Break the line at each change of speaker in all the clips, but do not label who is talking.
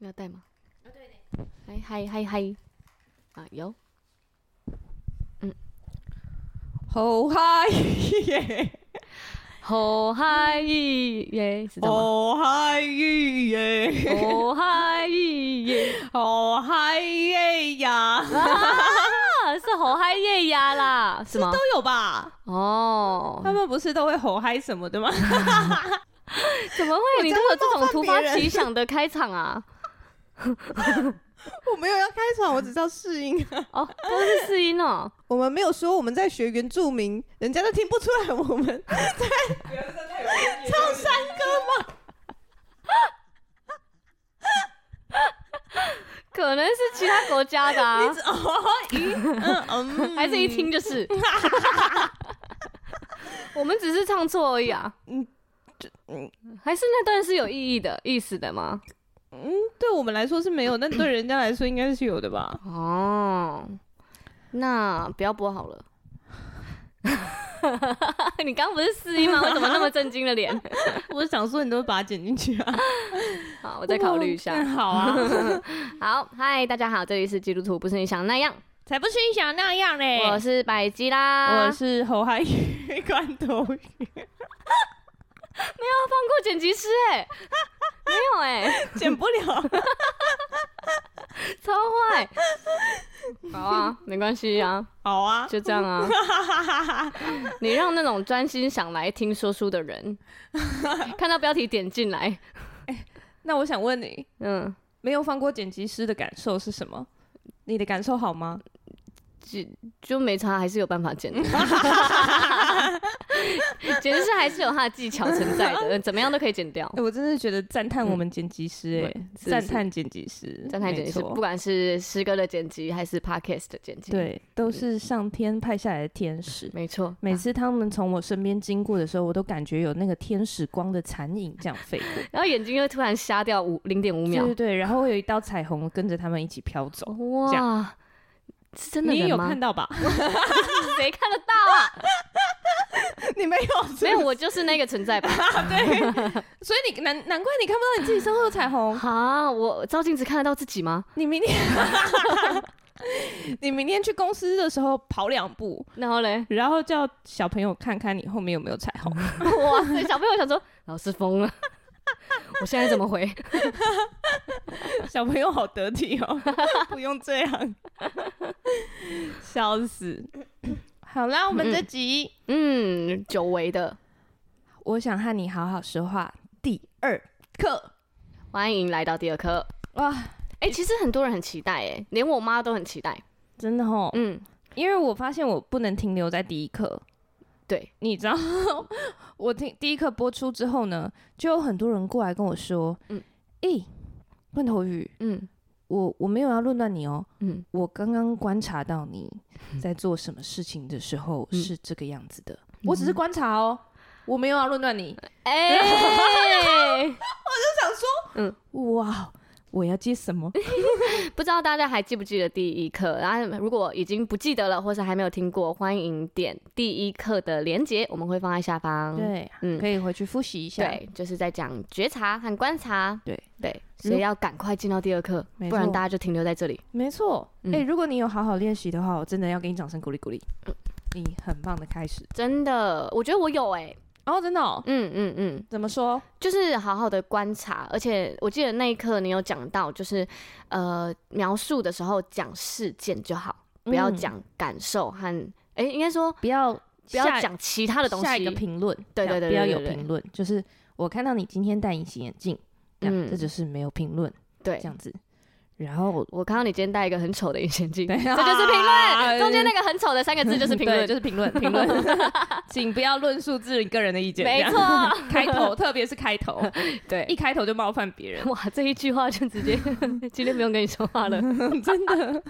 要带吗？嗨嗨嗨嗨！啊， 有。
好嗨耶！
好嗨耶，是这样吗？
好嗨耶！
好嗨 耶！
好嗨耶呀！
啊，是好嗨耶呀啦，是吗
都？有吧？
哦，
他们不是都会吼嗨什么的 吗？
怎么会？你都有这种突发奇想的开场啊？
我没有要开场，我只知道试音啊。
哦，都是试音哦。
我们没有说我们在学原住民，人家都听不出来我们在 唱山歌吗？
可能是其他国家的 啊，
哦，咦，嗯嗯，
还是一听就是。 我们只是唱错而已啊。
嗯
嗯，还是那段是有意义的、意思的吗？
嗯，对我们来说是没有，但对人家来说应该是有的吧？
哦，那不要播好了。 你刚不是试音吗？为什么那么震惊的脸？
我想说你都会把它剪进去啊，
好，我再考虑一
更
下。
好啊，
好，嗨，大家好，这里是基督徒，不是你想那样。
才不是你想那样嘞啊
我是百吉啦，
哎
哦
我是侯海宇 罐头鱼，
放过剪辑师哎、没有哎、
剪不了。
超坏。好啊，没关系啊，
好啊，
就这样啊。你让那种专心想来听说书的人，看到标题点进来，
那我想问你，
嗯，
没有放过剪辑师的感受是什么？你的感受好吗？
就没差，还是有办法剪的。 剪辑师还是有他的技巧存在 的，怎么样都可以剪掉
哎、。我真的觉得赞叹我们剪辑师、哎、
对是不
赞
是
叹剪辑师，
站台剪辑师，
没错
不管是诗歌的剪辑还是 podcast 的剪辑，，
对，都是上天派下来的天使。
没错，
每次他们从我身边经过的时候，我都感觉有那个天使光的残影这样飞 过。
然后眼睛又突然瞎掉五零点五秒
对对，对，然后会有一道彩虹跟着他们一起飘走。这
哇，是真的
哦你也
人
有
吗
看？到吧？
谁看得到啊？
你没有是不是？
没有，我就是那个存在吧。
所以你难难怪你看不到你自己身后的彩虹。
哈，我照镜子看得到自己吗？
你明天， 你明天去公司的时候跑两步，，
然后嘞
然后叫小朋友看看你后面有没有彩 虹。
哇塞，小朋友想说老师疯了， 我现在怎么回？
小朋友好得体哦， 不用这样，笑死。好啦，我们这集、
嗯，久违的，
我想和你好好说话第二课
欢迎来到第二课。
哇，
哎、其实很多人很期待，哎，连我妈都很期待。
真的哦，
嗯，
因为我发现我不能停留在第一课，
对，
你知道， 我听第一课播出之后呢，就有很多人过来跟我说，嗯
嗯，
诶、罐头鱼，
嗯
我我没有要论断你哦，
嗯，
我刚刚观察到你在做什么事情的时候
嗯
是这个样子的，我只是观察哦，我没有要论断你，
哎、
哇，我要接什么？
不知道大家还记不记得第一课？然后如果已经不记得了，或是还没有听过，欢迎点第一课的连接，我们会放在下方。
对，
嗯
可以回去复习一下。
对，就是在讲觉察和观察。
对
对，
如
所以要赶快进到第二课，
没
不然
错
大家就停留在这里。
没错，
嗯
哎，如果你有好好练习的话，我真的要给你掌声鼓励鼓励，你很棒的开始。
真的，我觉得我有哎、
哦，真的哦，
嗯嗯嗯，
怎么说？
就是好好的观察，而且我记得那一刻你有讲到，就是呃描述的时候讲事件就好，不要
嗯
讲感受和哎、应该说
不要
不要
下
讲其他的东西。
下一个评论，
对
这
对
样
对
不要
对
有
对对
评论，就是我看到你今天戴隐形眼镜，这样
嗯
这就是没有评论
对
这，样子。然后
我看到你今天戴一个很丑的隐 形镜，
对
这就是评
啊
论。中间那个很丑的 三个字就是评
对
论，
就是评 论，评论，请不要论述自己个人的意见。
没
这样
错，
开头，特别是开头，
对
一开头就冒犯别人，
哇，这一句话就直接今天不用跟你说话了，
真的，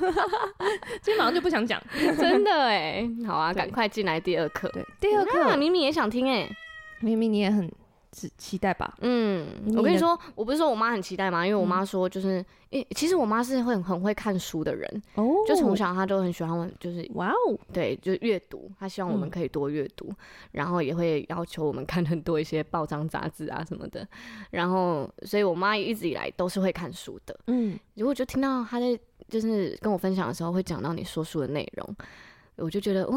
今天马上就不想讲。
真的哎。好啊，
对
赶快进来第二课。
对，第二
啊
课，
明明也想听哎，
明明你也很期期待吧。
嗯，
你
我跟你
的嗯
说，我不是说我妈很期待嘛，因为我妈说就是，诶、其实我妈是会很很会看书的人，
哦，
就从小她都很喜欢我，就是
哇哦，
对，就是阅读，她希望我们
嗯
可以多阅读，然后也会要求我们看很多一些报章杂志啊什么的，然后所以我妈一直以来都是会看书的，
嗯，
如果就听到她在就是跟我分享的时候会讲到你说书的内容。我就觉得哦，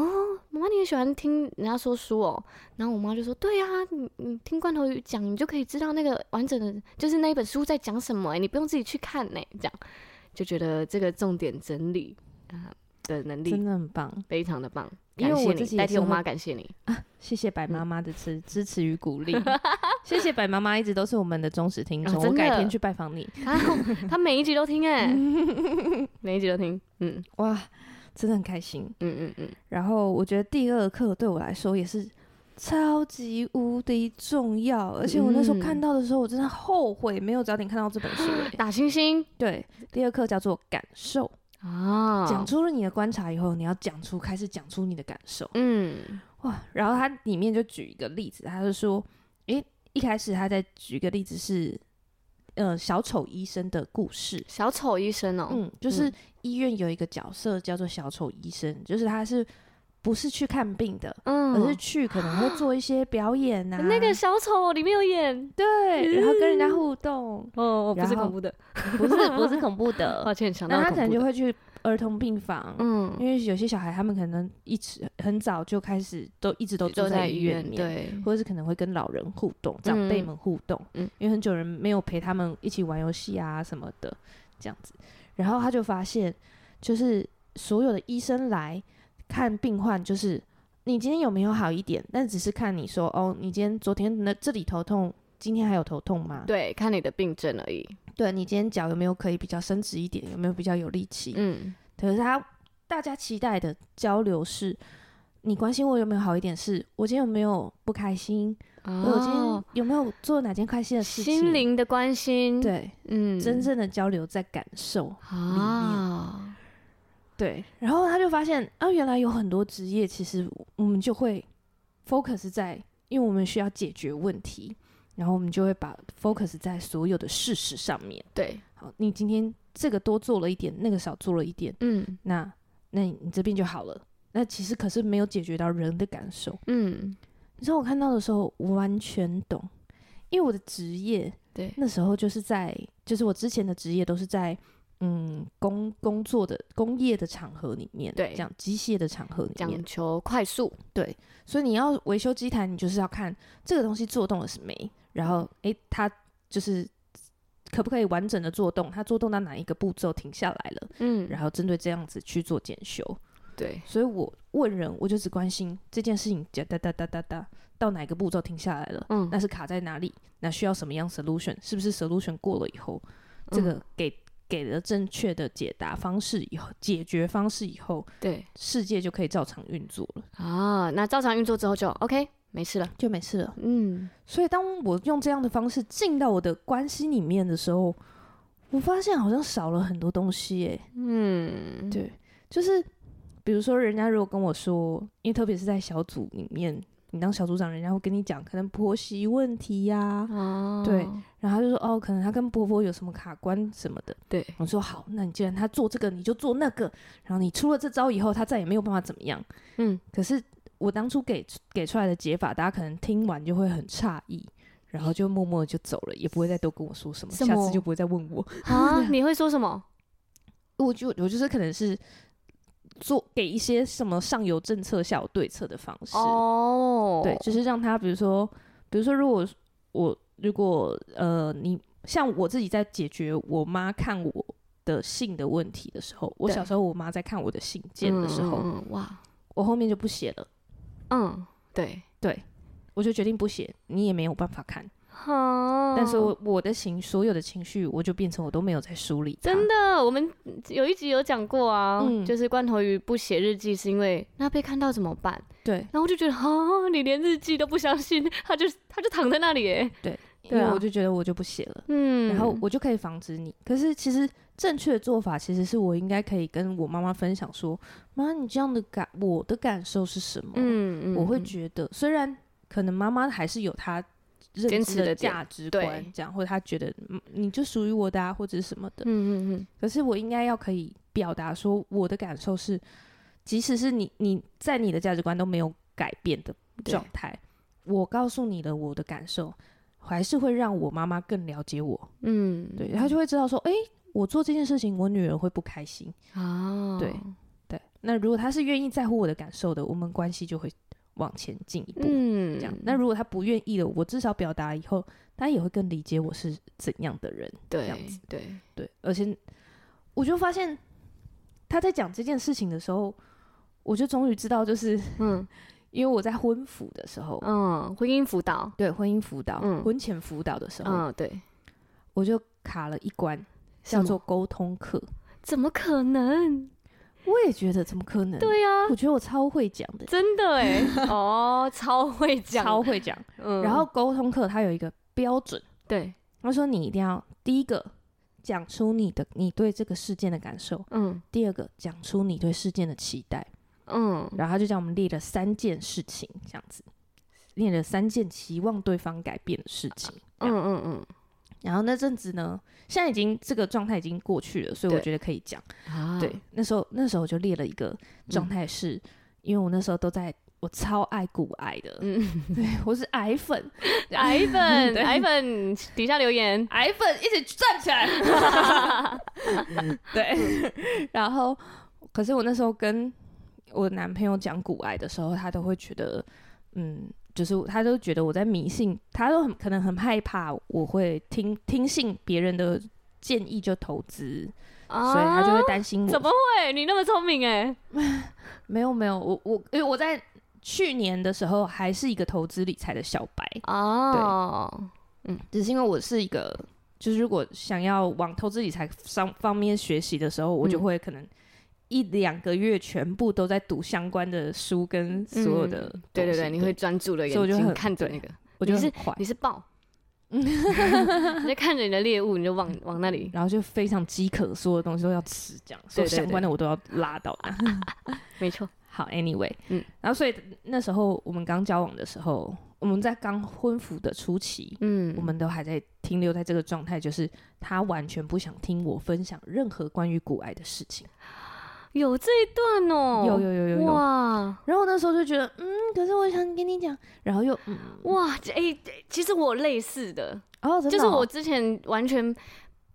妈妈你也喜欢听人家说书哦。然后我妈就说：“对呀、啊，你你听罐头鱼讲，你就可以知道那个完整的，就是那一本书在讲什么、欸，你不用自己去看呢、这样就觉得这个重点整理啊、的能力
真的很棒，
非常的棒，
因为
感谢
我
你
自己也
代替
是
我妈
会
感谢你。
谢谢白妈妈的支支持与鼓 励，谢谢白妈妈一直都是我们哦的忠实听
啊
众，我
真的
改天去拜访你，
她她每一集都听 哎、每一集都听，嗯
哇，真的很开心。
嗯嗯嗯，
然后我觉得第二课对我来说也是超级无敌重要，而且我那时候看
嗯
到的时候，我真的后悔没有早点看到这本书欸。
打星星
对，第二课叫做感受，
啊，
讲出了你的观察以后，你要讲出开始讲出你的感受。
嗯
哇，然后它里面就举一个例子，他就说，诶，一开始他在举一个例子是，呃，小丑医生的故事。
小丑医生哦、
嗯，就是医院有一个角色叫做小丑医生，就是他是不是去看病的，
嗯，啊
而是啊去可能会做一些表演呐、
那个小丑里面有演
对，然后跟人家互动，
哦， 不
然
是
后
恐怖的，
不是不是恐
抱
怖的，
歉想到
那他
恐
可能
怖
就
的
会去儿童病房，
嗯
因为有些小孩他们可能一直很早就开始都一直都住
都在
医
医
院
院
里面，嗯
对，
或者是可能会跟老人互动，长辈
嗯
们互动，
嗯
因为很久人没有陪他们一起玩游戏啊什么的，这样子。然后他就发现，就是所有的医生来看病患，就是你今天有没有好一点，但只是看你说哦，你今天昨天那这里头痛，今天还有头痛吗？
对，看你的病症而已。
对，你今天脚有没有可以比较伸直一点，有没有比较有力气？
嗯
可是他大家期待的交流是。你关心我有没有好一点是我今天有没有不开心？我今天
哦，
有没有做哪件开心的事情？
心灵的关心，，
对、
嗯，
真正的交流在感受。
啊，
对，然后他就发现啊，原来有很多职业其实我们就会 focus 在，因为我们需要解决问题，然后我们就会把 focus 在所有的事实上面。
对，
好，你今天这个多做了一点，那个少做了一点，
嗯
那那你这边就好了。那其实可是没有解决到人的感受。
嗯，
你知道我看到的时候，我完全懂，因为我的职业
对，
那时候就是在，就是我之前的职业都是在嗯工工作的工业的场合里面，
对
这样机械的场合里面
讲，求快速，
所以你要维修机台，你就是要看这个东西做动了是没，然后诶，它就是可不可以完整的做动，它做动到哪一个步骤停下来了，
嗯，
然后针对这样子去做检修。
对，
所以我问人，我就只关心这件事情哒哒哒哒哒哒到哪个步骤停下来了，
嗯
那是卡在哪里，那需要什么样 solution，是不是 solution 过了以后，这
嗯
个给、给了正确的解答方式以后，解决方式以后，
对
世界就可以照常运作了，
啊，那照常运作之后就 OK，没事了，
就没事了。
嗯，
所以当我用这样的方式进到我的关系里面的时候，我发现好像少了很多东西耶、
嗯，
对，就是比如说，人家如果跟我说，因为特别是在小组里面，你当小组长，人家会跟你讲可能婆媳问题呀、
哦，
对然后他就说哦，可能他跟婆婆有什么卡关什么的。
对，
我说好，那你既然他做这个，你就做那个，然后你出了这招以后，他再也没有办法怎么样。
嗯，
可是我当初给给出来的解法，大家可能听完就会很诧异。然后就默默地就走了，也不会再多跟我说什么，
什
下
么
次就不会再问我。
啊，你会说什么？
我就我就是可能是做给一些什么上有政策下有对策的方式，
哦，
对，就是让他比如说，比如说如果我如果呃你像我自己在解决我妈看我的信的问题的时候，我
对
小时候我妈在看我的信件的时候，
嗯，嗯嗯哇，
我后面就不写了，
嗯，对，
我就决定不写，你也没有办法看，
好，
但是我我的情所有的情绪，我就变成我都没有在梳理它，
真的，我们有一集有讲过啊，
嗯
就是罐头鱼不写日记是因为那被看到怎么办？
对。
然后我就觉得，啊，你连日记都不相信，他就他就躺在那里耶，
因
对
为
啊
我就觉得我就不写了，
嗯，
然后我就可以防止你。可是其实正确的做法，其实是我应该可以跟我妈妈分享说，妈，你这样的感，我的感受是什么？
嗯，嗯
我会
嗯
觉得，虽然可能妈妈还是有她认
坚
知
持的点
价值
对
观，这样或者他觉得嗯你就属于我的啊，或者是什么的。
嗯嗯
可是我应该要可以表达说我的感受是，即使是你你在你的价值观都没有改变的
对
状态，我告诉你了我的感受，还是会让我妈妈更了解我，
嗯嗯，
对，她就会知道说，诶，我做这件事情，我女儿会不开心。
哦，
对对，那如果她是愿意在乎我的感受的，我们关系就会往前进一步。
嗯，
这样，那如果她不愿意的，我至少表达以后，她也会更理解我是怎样的人。
对
样子
对，
对，而且我就发现他在讲这件事情的时候，我就终于知道，就是
嗯
因为我在婚辅的时候，
嗯，婚姻辅导，
对婚姻辅导、
嗯
婚前辅导的时候，
嗯对，
我就卡了一关，
什
叫
么
做沟通课。
怎么可能？
我也觉得怎么可能？
对啊呀、
我觉得我超会讲的，
真的哎，哦，超会讲，
超会讲。
嗯，
然后沟通课它有一个标准，
对，
他说你一定要第一个讲出你的你对这个事件的感受，
嗯
第二个讲出你对事件的期待。
嗯
然后他就叫我们列了三件事情，这样子，列了三件期望对方改变的事情。
嗯嗯嗯
然后那阵子呢，现在已经这个状态已经过去了，所以我
对
觉得可以讲。
嗯，啊
对，，那时候那时候我就列了一个状态是，因为我那时候都在我超爱骨癌的，
嗯，
对我是癌粉，
癌粉，
对
癌粉，底下留言，
癌粉一起站 起来。对，然后可是我那时候跟我男朋友讲骨癌的时候，他都会觉得，嗯，就是他都觉得我在迷信，他都很可能很害怕我会听听信别人的建议就投资，
啊
所以他就会担心我。
怎么会？你那么聪明哎，
没有没有，我我因为我在去年的时候还是一个投资理财的小白，
哦，
只是因为我是一个，就是如果想要往投资理财上方面学习的时候，我就
嗯
会可能一两个月全部都在读相关的书跟所有的
嗯
东西、
对对对，你会专注的
所以
眼
我就
睛
很
看着
对
那个，
我觉得
你是
很快，
你是 豹，你在看着你的猎物，你就往往那里，
然后就非常饥渴，所有东西都要吃，这样所有
对对
相关的我都要拉到它。
没错，
好，anyway，
嗯
然后所以那时候我们刚交往的时候，我们在刚婚服的初期。
嗯，
我们都还在停留在这个状态，就是他完全不想听我分享任何关于骨癌的事情。
有这一段哦，
有有有有有，
哇
然后我那时候就觉得，嗯，可是我想跟你讲，然后又，嗯，
哇，这哎、其实我类似的，
哦，真的
就是
哦
我，之前完全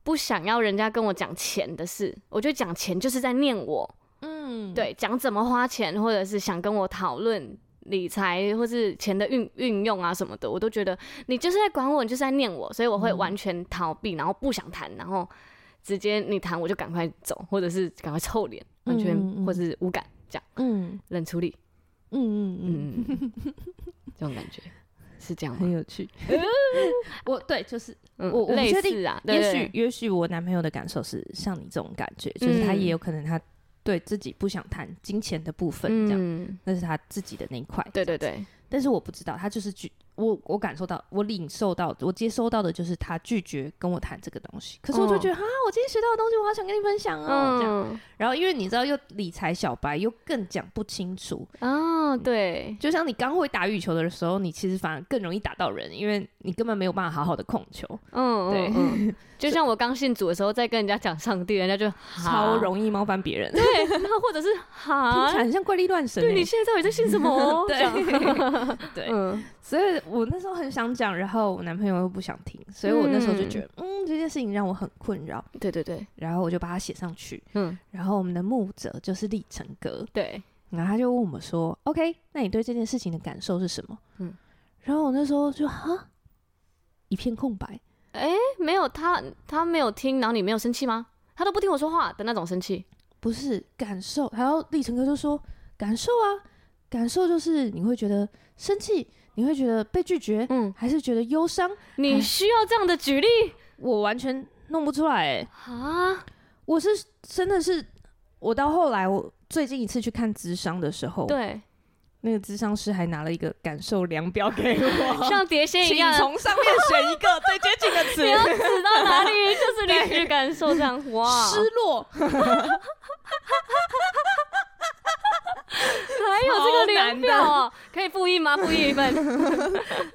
不想要人家跟我讲钱的事，我觉得讲钱就是在念我，
嗯，
对，讲怎么花钱，或者是想跟我讨论。理财或是钱的运运用啊什么的，我都觉得你就是在管我，你就是在念我，所以我会
嗯
完全逃避，然后不想谈，然后直接你谈我就赶快走，或者是赶快臭脸，完全、
嗯嗯嗯
或是无感，这样
嗯，
冷处理，
嗯嗯
嗯，嗯嗯这种感觉是这样
嗯，
吗
很？有趣。 我对， 就是，
嗯
我我不
类
确定
似啊，对
也
对
许
对
也许我男朋友的感受是像你这种感觉，就是他
嗯
也有可能他对自己不想谈金钱的部分，这样，
嗯，
那是他自己的那一块。
对对对，
但是我不知道，他就是拒我，我感受到，我领受到，我接收到的就是他拒绝跟我谈这个东西。可是我就
哦
觉得，哈、我今天学到的东西，我好想跟你分享哦，这样。
嗯，
然后因为你知道，又理财小白又更讲不清楚，
哦，对，
就像你刚会打羽球的时候，你其实反而更容易打到人，因为你根本没有办法好好的控球，
嗯，
对
嗯，嗯 就像我刚信主的时候，在跟人家讲上帝，人家就
超
哈
容易冒犯 别人，
对，然后或者是
听
哈
起，来很像怪力乱神欸、？
对你现在到底在信什么
对
这样
对，
嗯
所以我那时候很想讲，然后我男朋友又不想听，所以我那时候就觉得，嗯，这件事情让我很困扰，
对对对，
然后我就把它写上去。
嗯，
然后我们的牧者就是立成哥，
对，
然后他就问我们说：“OK，那你对这件事情的感受是什么？”嗯
嗯，
然后我那时候就哈一片空白，
哎，没有他，他没有听，然后你没有生气吗？他都不听我说话的那种生气，
不是感受。然后立成哥就说：“感受啊，感受就是你会觉得生气，你会觉得被拒绝，
嗯，哎
还是觉得忧伤？
你需要这样的举例
我完全弄不出来、欸。
啊？
我是真的是，我到后来我最近一次去看智商的时候，，
对，
那个智商师还拿了一个感受量表给我，
像啊碟仙哦一
请
样，
从上面选一个最接近 的词
你要指到哪里 就是你去感受这 样，哇，
失落，
还有这个量表啊！可以复印吗？复印一 份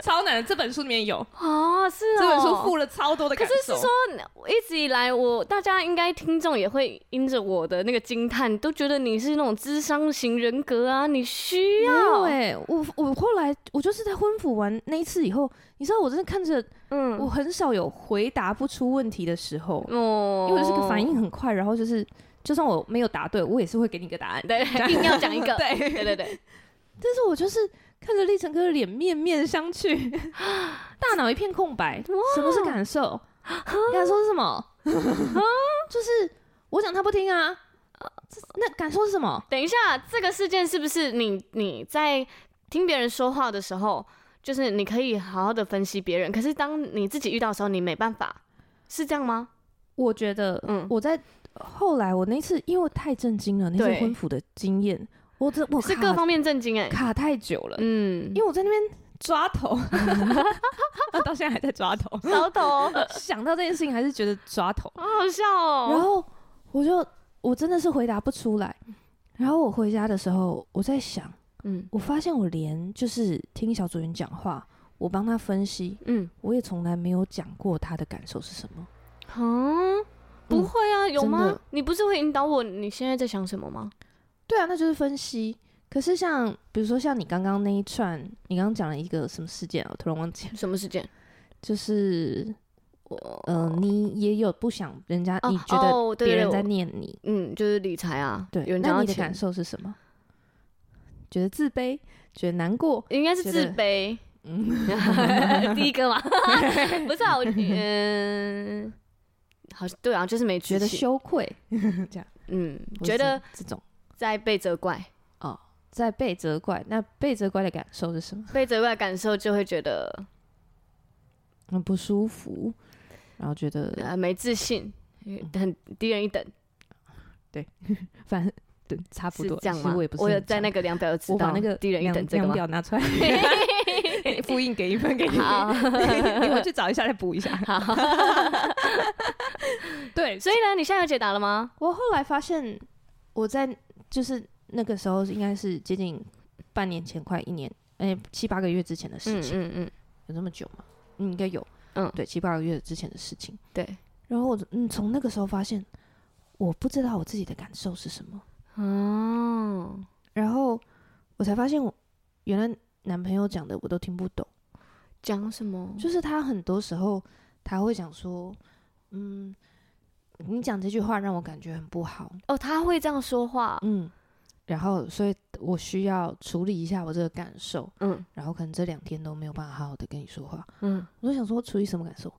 超难的。这本书里面有，
哦，是哦。
这本书附了超多的
可
感
是
受。
是说，一直以来我大家应该听众也会因着我的那个惊叹，都觉得你是那种智商型人格啊，你需要，
哎、我我后来我就是在婚服完那一次以后，你知道我真的看着
嗯，
我很少有回答不出问题的时候，
哦
因为我就是个反应很快，然后就是就算我没有答对，我也是会给你一个答案。
对，硬要讲一个，
对
对对对，
但是我就是看着立成哥的脸面面相觑，大脑一片空白，什么是感受？感受是什么？ 就是我讲他不听啊，这那感受是什么？
等一下，这个事件是不是你你在听别人说话的时候，就是你可以好好的分析别人，可是当你自己遇到的时候，你没办法，是这样吗？
我觉得
嗯，
我在后来我那次因为我太震惊了，那次
对
婚服的经验，我这我
是
卡
各方面震惊哎、
卡太久了，
嗯
因，为我在那边抓 头，到现在还在抓头，
小 抖，好
想到这件事情还是觉得抓头。
好笑
然
哦、
后我就我真的是回答不出来。然后我回家的时候，我在想，
嗯
我发现我连就是听小组员讲话，我帮他分析，
嗯，
我也从来没有讲过他的感受是什么。
嗯，不会啊，有
真
吗
的？
你不是会引导我你现在在想什么吗？
对啊，那就是分析。可是像比如说像你刚刚那一串，你刚刚讲了一个什么事件啊？我突然忘记了，
什么事件？
就是
我
嗯、呃你也有不想人家、
哦
你觉得
哦对
别
对
人在
我
念你，
嗯，就是理财啊，
对，
有人讲
那
到
你的
钱
感，受是什么？觉得自卑，觉得难过，
应该是
觉
自
得
卑。嗯 第一个嘛，不是啊， 我嗯、好像对啊，就是没自
觉得
信
羞愧，
嗯，
或
觉
是
得
这种
在被责怪，
在被责怪，那被责怪的感受是什么？
被责怪的感受就会觉得
很不舒服，然后觉得
呃没自信，很低人一等，
反正 对差不
是
多，
这样
其实
吗？
我也不是
有
很
在
强
那个量表有知
我
道
把那个
低人一
量
等这个
量
吗？
表拿出来， 复印给一份给你，
好
你回去找一下再补一下。
好，
对，所
所以呢，你现在有解答了吗？
以 我后来发现我在就是那个时候应该是接近半年前，快一年，哎七八个月之前的事
嗯
情，
嗯嗯，
有这么久吗？嗯，应该有，
嗯
对，七八个月之前的事情。
对，
然后我嗯，从那个时候发现，我不知道我自己的感受是什么，
哦，
然后我才发现我原来男朋友讲的我都听不懂，
讲什么？
就是他很多时候他会讲说，嗯，你讲这句话让我感觉很不好，
哦，他会这样说话，
嗯，然后所以我需要处理一下我这个感受，
嗯
然后可能这两天都没有办法好好的跟你说话，
嗯，
我就想说处理什么感受？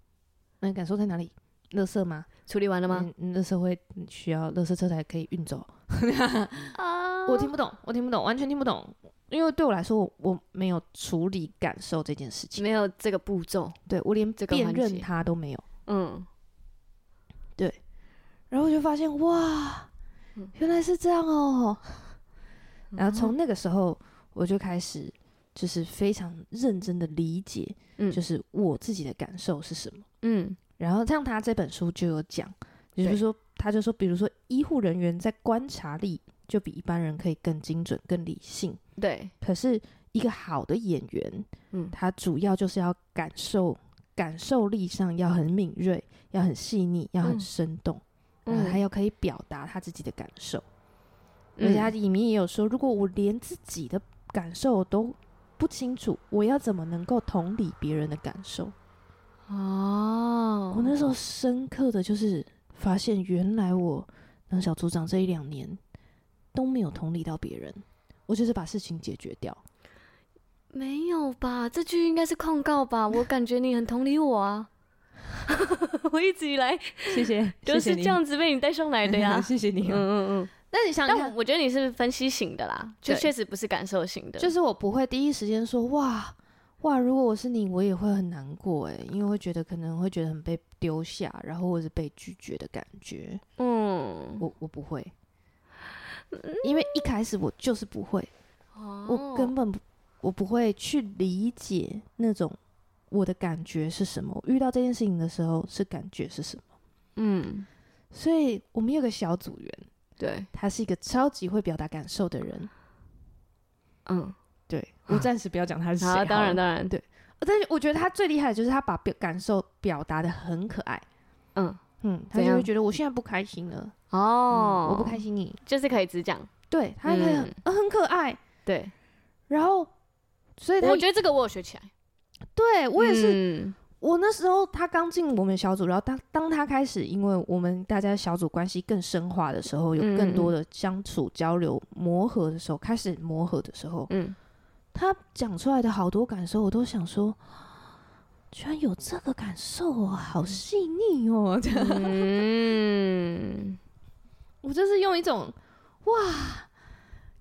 那感受在哪里？乐色吗？
处理完了吗？
嗯，嗯垃圾会需要垃圾车才可以运走。
啊
我听不懂，我听不懂，完全听不懂，因为对我来说，我我没有处理感受这件事情，
没有这个步骤，
对我连
嗯这个
辨
环
认
节
它都没有。
嗯，
然后我就发现，哇，
嗯
原来是这样哦。然后从那个时候，我就开始就是非常认真的理解，
嗯
就是我自己的感受是什么。
嗯
然后像他这本书就有讲，就
对
是说，他就说，比如说医护人员在观察力就比一般人可以更精准、更理性。
对，
可是一个好的演员，
嗯
他主要就是要感受，感受力上要很敏锐，要很细腻，要很
嗯
生动，然后他
嗯
要呃可以表达他自己的感受。而且他
嗯
里面也有说，如果我连自己的感受都不清楚，我要怎么能够同理别人的感受？
哦，
我那时候深刻的就是发现，原来我当小组长这一两年都没有同理到别人，我就是把事情解决掉。
没有吧？这句应该是控告 吧？我感觉你很同理我啊。 我一直以来
谢谢， 哎
都是这样子被你带上来的 呀。
谢谢你
嗯嗯嗯。
啊那你想想
但
看，
我觉得你是分析型的啦，就
对
确实不是感受型的。
就是我不会第一时间说哇哇，如果我是你，我也会很难过哎，因为会觉得可能会觉得很被丢下，然后或者是被拒绝的感觉。
嗯，
我我不会，因为一开始我就是不会，
嗯哦
我根本不我不会去理解那种我的感觉是什么。我遇到这件事情的时候是感觉是什么？
嗯
所以我们有个小组员，
对
他是一个超级会表达感受的人。
嗯
对 我暂时不要讲他是谁好
好，
了。
啊当然当然，
对但是我觉得他最厉害的就是他把表感受表达的很可爱。
嗯，
嗯，他
怎
就
样
会觉得我现在不开心了，
哦嗯
嗯，我不开心你，
就是可以只讲，
对，他会很、呃很可爱，
对，
然后，所以他
我觉得这嗯个我有学起来，
对我也是，
是，
我那时候他刚进我们小组，然后当当他开始，因为我们大家小组关系更深化的时候，有
嗯
更
嗯
多的相处交流磨合的时候，开始磨合的时候，
嗯，
他讲出来的好多感受，我都想说，居然有这个感受哦，好细腻哦，这样，
嗯，
我就是用一种哇。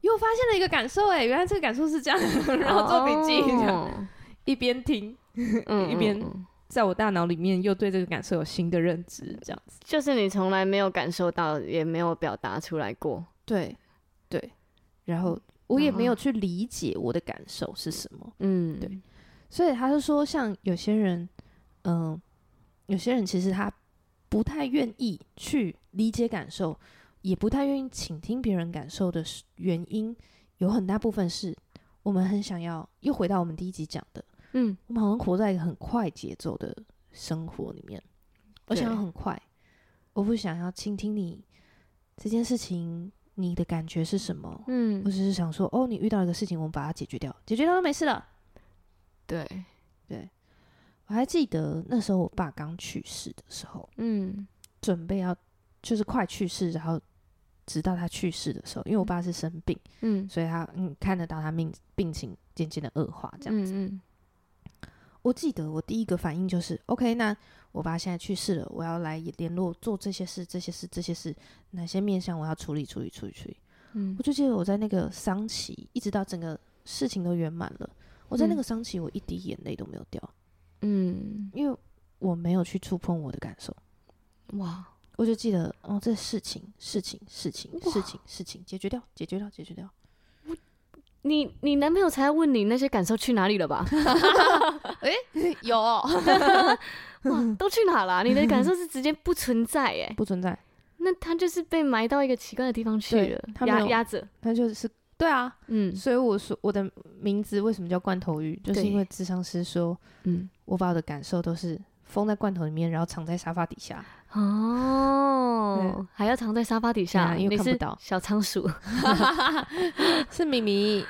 又发现了一个感受哎，原来这个感受是这样， 然后做笔记，这样
哦
一边听，
嗯
一边
嗯嗯
在我大脑里面又对这个感受有新的认知，这样子。
就是你从来没有感受到，也没有表达出来过，
对，对。然后我也
然后
没有去理解我的感受是什么，
嗯，
对，所以他是说，像有些人，嗯、有些人其实他不太愿意去理解感受，也不太愿意倾听别人感受的是原因，有很大部分是我们很想要，又回到我们第一集讲的，
嗯，
我们好像活在一个很快节奏的生活里面，我想要
对
很快，我不想要倾听你这件事情，你的感觉是什么？我
嗯，
只是想说，哦，你遇到一个事情，我们把它解决掉，解决掉就没事了。
对，
我还记得那时候我爸刚去世的时候，
嗯，
准备要就是快去世，然后直到他去世的时候，因为我爸是生病，
嗯，
所以他嗯看得到他命病情渐渐的恶化这样子。
嗯
我记得我第一个反应就是，OK，那我爸现在去世了，我要来联络做这些事、这些事、这些事，哪些面向我要处理、处理、处理、处理。
嗯
我就记得我在那个丧期，一直到整个事情都圆满了，我在那
嗯
个丧期，我一滴眼泪都没有掉，
嗯
因为我没有去触碰我的感受。
嗯，哇，
我就记得哦，这事情、事情、事情、
哇
事情、事情，解决掉，解决掉，解决掉。
你你男朋友才问你那些感受去哪里了吧？
有、
哇，都去哪了啊、你的感受是直接不存在耶，
不存在，
那他就是被埋到一个奇怪的地方去
对
了，
他没
压
有
压着，
那就是对啊。
嗯
所以我说我的名字为什么叫罐头鱼，就是
对
因为智商师说
嗯，
我把我的感受都是封在罐头里面，然后藏在沙发底下。
哦，还要藏在沙发底下，
对啊因为
你
看
是
不到
小仓 鼠，
是米 米，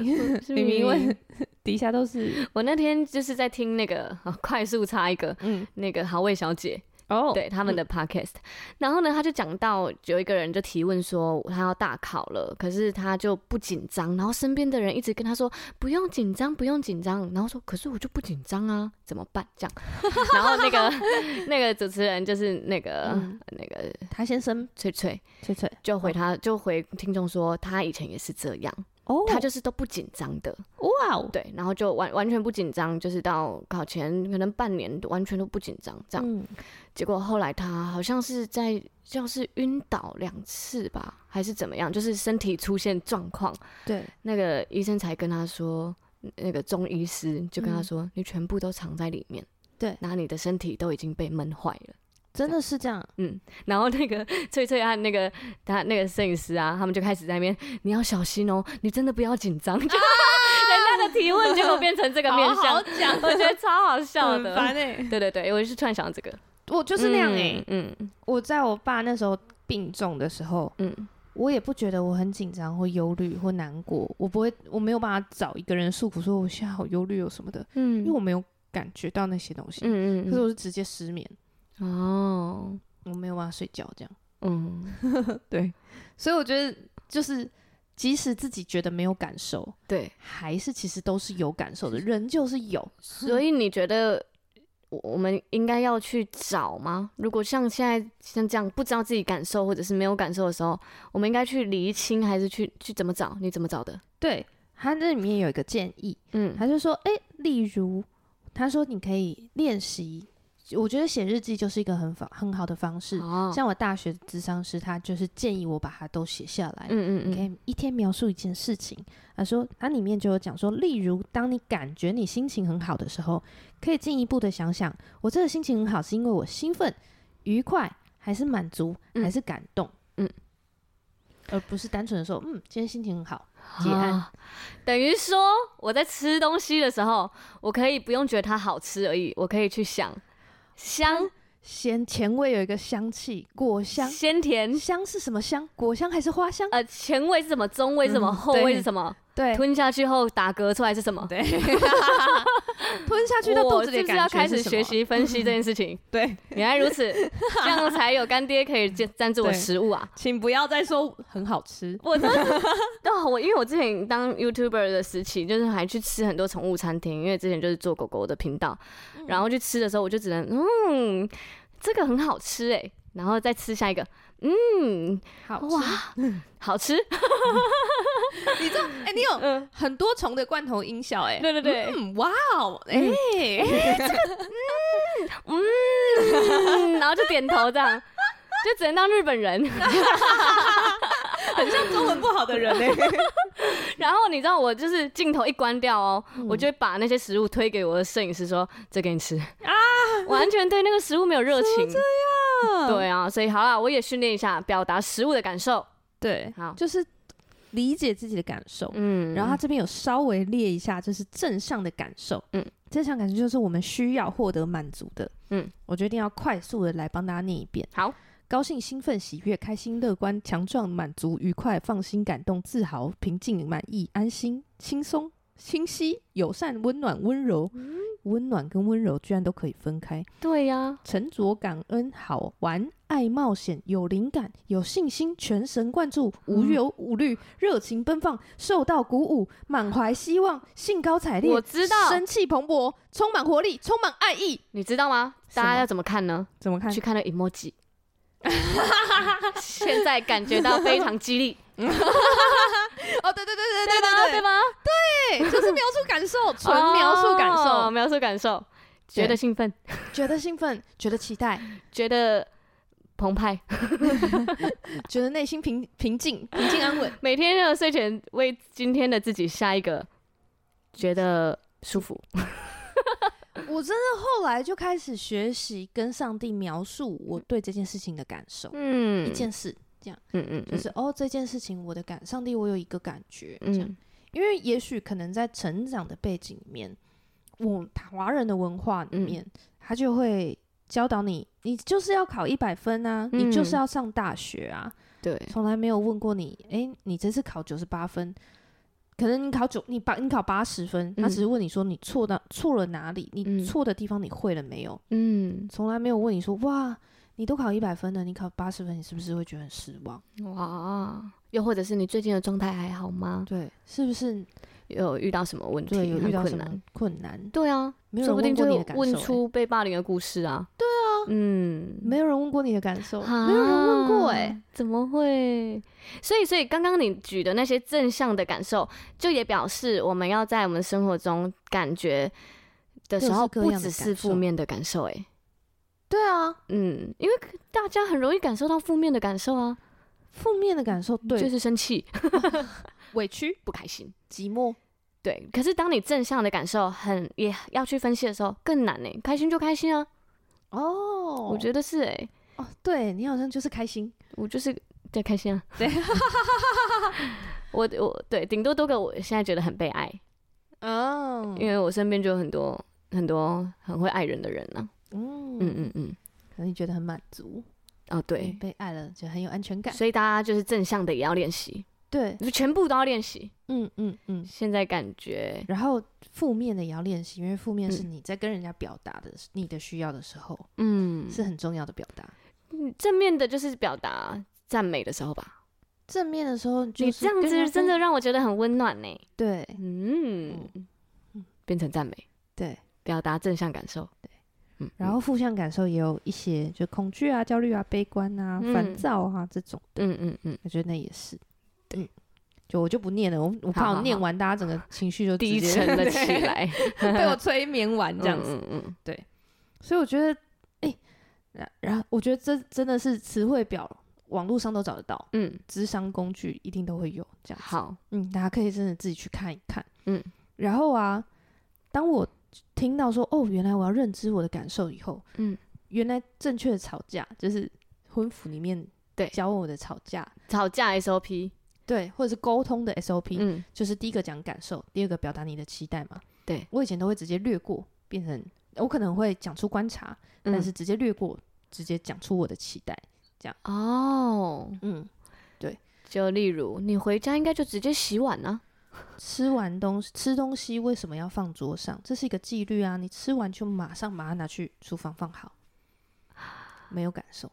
是咪
米米
咪
问底下都是
我那天就是在听那个、啊快速插一个
嗯
那个好味小姐，
哦
对他们的 podcast，、然后呢，他就讲到有一个人就提问说他要大考了，可是他就不紧张，然后身边的人一直跟他说不用紧张，不用紧张，然后说可是我就不紧张啊，怎么办？这样， 然后那 个那个主持人就是那个、
嗯
那个
他先生
翠翠
翠翠
就回他、就回听众说他以前也是这样，
哦
他就是都不紧张的，
哇哦
对，然后就完完全不紧张，就是到考前可能半年完全都不紧张这样。
嗯
结果后来他好像是在教室晕倒两次吧，还是怎么样，就是身体出现状况，
对
那个医生才跟他说，那个中医师就跟他
嗯
说，你全部都藏在里面，
对
那你的身体都已经被闷坏了。
真的是这样
然后那个翠翠和那个他那个摄影师啊，他们就开始在那边，你要小心哦，你真的不要紧张。就 人家的提问结果变成这个面
啊好
相
好，讲
我觉得超好笑
很
的。
烦哎，
对对对，我是突然想到这个，
我就是那样哎。
嗯嗯
我在我爸那时候病重的时候，
嗯
我也不觉得我很紧张或忧虑或难过，我不会，我没有办法找一个人诉苦说我现在好忧虑哦什么的，
嗯，
因为我没有感觉到那些东西，
嗯嗯，
可是我是直接失眠，
哦，
我没有办法睡觉这样。
嗯，
对，所以我觉得就是即使自己觉得没有感受，
对，
还是其实都是有感受的，人就是有，
所以你觉得我我们应该要去找吗？如果像现在像这样不知道自己感受或者是没有感受的时候，我们应该去厘清还是去去怎么找？你怎么找的？
对。他这里面有一个建议，
嗯
他就说，诶，例如，他说你可以练习，我觉得写日记就是一个很方很好的方式，
哦，
像我大学的智商师，他就是建议我把它都写下来。
嗯嗯
你可
嗯，
以一天描述一件事情，他说，他里面就有讲说，例如，当你感觉你心情很好的时候，可以进一步的想想，我这个心情很好是因为我兴奋、愉快，还是满足，
嗯
还是感动？
嗯，
而不是单纯的说，嗯，今天心情很好，结案
啊等于说我在吃东西的时候，我可以不用觉得它好吃而已，我可以去想香、
先前味有一个香气，果香，
鲜甜，
嗯香是什么香？果香还是花香？
呃，前味是什么，中味是什么，
嗯
后味
对
是什么，
对，
吞下去后打嗝出来是什么？
对，吞下去到肚
我
子
是
里
不是
感
要
觉
开
是
始
什
学
么？
习分析这件事 情？
对，
原来如此，这样才有干爹可以赞赞助我
对
食物啊！
请不要再说很好吃。
我真的，哦，我因为我之前当 YouTuber 的时期，就是还去吃很多宠物餐厅，因为之前就是做狗狗的频道，然后去吃的时候，我就只能嗯，这个很好吃哎、然后再吃下一个，嗯，
好吃
哇，好吃，
你知道？哎、你有
嗯，
很多重的罐头音效、哎，
对对对
嗯，哇哦，哎、
嗯，然后就点头这样，就只能当日本人。
很像中文不好的 人哎、
然后你知道我就是镜头一关掉哦，
嗯
我就会把那些食物推给我的摄影师说：“这给你吃啊！” 完全对那个食物没有热 情。对啊，所以好啦，我也训练一下表达食物的感受。
对，
好，
就是理解自己的感受。
嗯，
然后他这边有稍微列一下，就是正向的感受。
嗯，
正向感受就是我们需要获得满足的。
嗯，
我决定要快速的来帮大家念一遍。
好，
高兴、兴奋、喜悦、开心、乐观、强壮、满足、愉快、放心、感动、自豪、平静、满意、安心、轻松、清晰、友善、温暖、温柔。
嗯
温暖跟温柔居然都可以分开。
对呀、
沉着、感恩、好玩、爱冒险、有灵感、有信心、全神贯注、无忧无虑、热情奔放、受到鼓舞、满怀希望、兴高采烈，
我知道
哎生气蓬勃、充满活力、充满爱意。
你知道吗？
什
大
么
家要怎么看呢？
怎么看
去看那 emoji。现在感觉到非常激励，
哦，对对对 对对
吧？对吧？
对， 就是描述感受，纯描述感
哦
受，
描述感受，
对
觉得兴奋，
觉得兴奋，觉得期待，
觉得澎湃。
觉得内心平平静、平静安稳。
每天的睡前为今天的自己下一个觉得舒服，
我真的后来就开始学习跟上帝描述我对这件事情的感受，
嗯
一件事。
嗯嗯，
就是哦，这件事情我的感，上帝，我有一个感觉，这样，
嗯
因为也许可能在成长的背景里面，我华人的文化里
嗯
面，他就会教导你，你就是要考一百分啊，你就是
嗯
要上大学啊，
对，
从来没有问过你，诶，你这次考九十八分。可能你考九，你八你考八十分，
嗯
他只是问你说你错到错了哪里，你
嗯
错的地方你会了没有？
嗯
从来没有问你说哇，你都考一百分了，你考八十分，你是不是会觉得很失望？
嗯哇，又或者是你最近的状态还好吗？
对，是不是
有遇到什么问题？
对，有
很
遇到
困
什
难？
么困难？
对啊，
没有
说不定
人问
就
过你的感受、
问
欸
出嗯被霸凌的故事啊。对啊，嗯，
没有人问过你的感受，
啊
没有人问过哎、
怎么会？所以，所以刚刚你举的那些正向的感受，就也表示我们要在我们生活中感觉的时候，
各式各
不
样的
只是
感受
负面的感受、欸。哎，
对啊，
嗯，因为大家很容易感受到负面的感受啊，
负面的感受，对，
就是生气、
委屈、
不开心。
寂寞，
对，可是当你正向的感受很也要去分析的时候，更难呢、欸开心就开心啊，
哦，
我
得
觉得是哎、
哦，对你好像就是开心，
我就是在开心啊。
对，
我我对，顶多多个我现在觉得很被爱，
哦
因为我身边就有很多很多很会爱人的人呢、
嗯
嗯嗯嗯，
可能你觉得很满足，
哦
你
对，
被爱了就很有安全感，
所以大家就是正向的也要练习，
对，
就全部都要练习。
嗯嗯嗯。
现在感觉
然后负面的也要练习，因为负面是
嗯
你在跟人家表达的、你的需要的时候，
嗯
是很重要的表达。
嗯正面的，就是表达赞美的时候吧。
正面的时候就是
你这样
跟人
子
家
真的
分
让我觉得很温暖呢、
啊对
嗯，变成赞美，
对，
表达正向感受。对，嗯，
然后负向感受也有一些，就恐惧啊、焦虑啊、悲观啊、
嗯
烦躁啊这种，
嗯嗯嗯，
我觉得那也是。
对
嗯，就我就不念了，我我
好
怕
好
我念
好
完大家整个情 绪就
低
直接
沉了 起，来，
对 被我催眠完这样子。
嗯嗯嗯
所以我觉得，哎、然然后我觉得这真的是词汇表，网络上都找得到，
嗯，
智商工具一定都会有这样子。
好，
嗯，大家可以真的自己去看一看。
嗯，
然后啊，当我听到说哦，原来我要认知我的感受以后，
嗯，
原来正确的吵架就是婚服里面
对
教我的吵架，
吵架 SOP，
对，或者是沟通的 SOP，、
嗯，
就是第一个讲感受，第二个表达你的期待嘛。
对
我以前都会直接略过，变成我可能会讲出观察，但
嗯
是直接略过，直接讲出我的期待。
哦，
嗯，
就例如你回家应该就直接洗碗啊，
吃完东西吃东西为什么要放桌上？这是一个纪律啊！你吃完就马上把它拿去厨房放好，没有感受。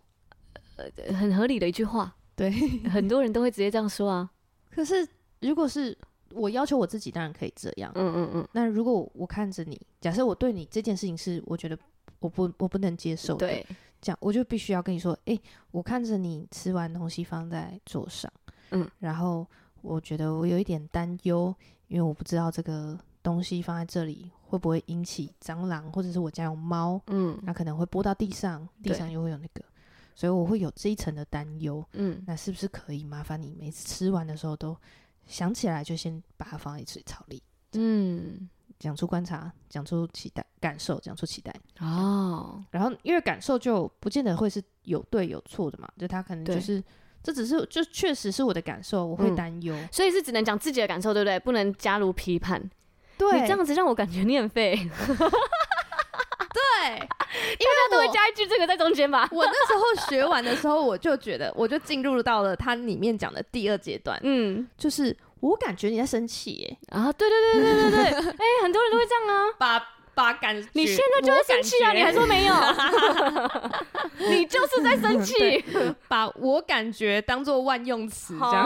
呃很合理的一句话，
对，
很多人都会直接这样说啊。
可是如果是我要求我自己，当然可以这样。
嗯嗯嗯，
那如果我看着你，假设我对你这件事情是我觉得我不我不能接受的，
对，
这样我就必须要跟你说，诶，我看着你吃完东西放在桌上，
嗯，
然后我觉得我有一点担忧，因为我不知道这个东西放在这里会不会引起蟑螂，或者是我家有猫，
嗯
那可能会拨到地上，地
对
上又会有那个，所以我会有这一层的担忧。
嗯，
那是不是可以麻烦你每次吃完的时候都想起来就先把它放在水槽里，
嗯，
讲出观察，讲出期待感受，讲出期待。
哦，
然后因为感受就不见得会是有对有错的嘛，就他可能就
对
是这只是就确实是我的感受，我会
嗯
担忧。
所以是只能讲自己的感受，对不对？不能加入批判。你
对，
这样子让我感觉你很 废，
对，因为
他都会
我
加一句这个在中间吧？
我那时候学完的时候，我就觉得我就进入到了它里面讲的第二阶段，
嗯，
就是我感觉你在生气耶，
啊，对对对对对对，对哎，很多人都会这样啊。
把把感觉
你现在就在生气啊？你还说没 有？你就是在生气。
把我感觉当做万用词这样，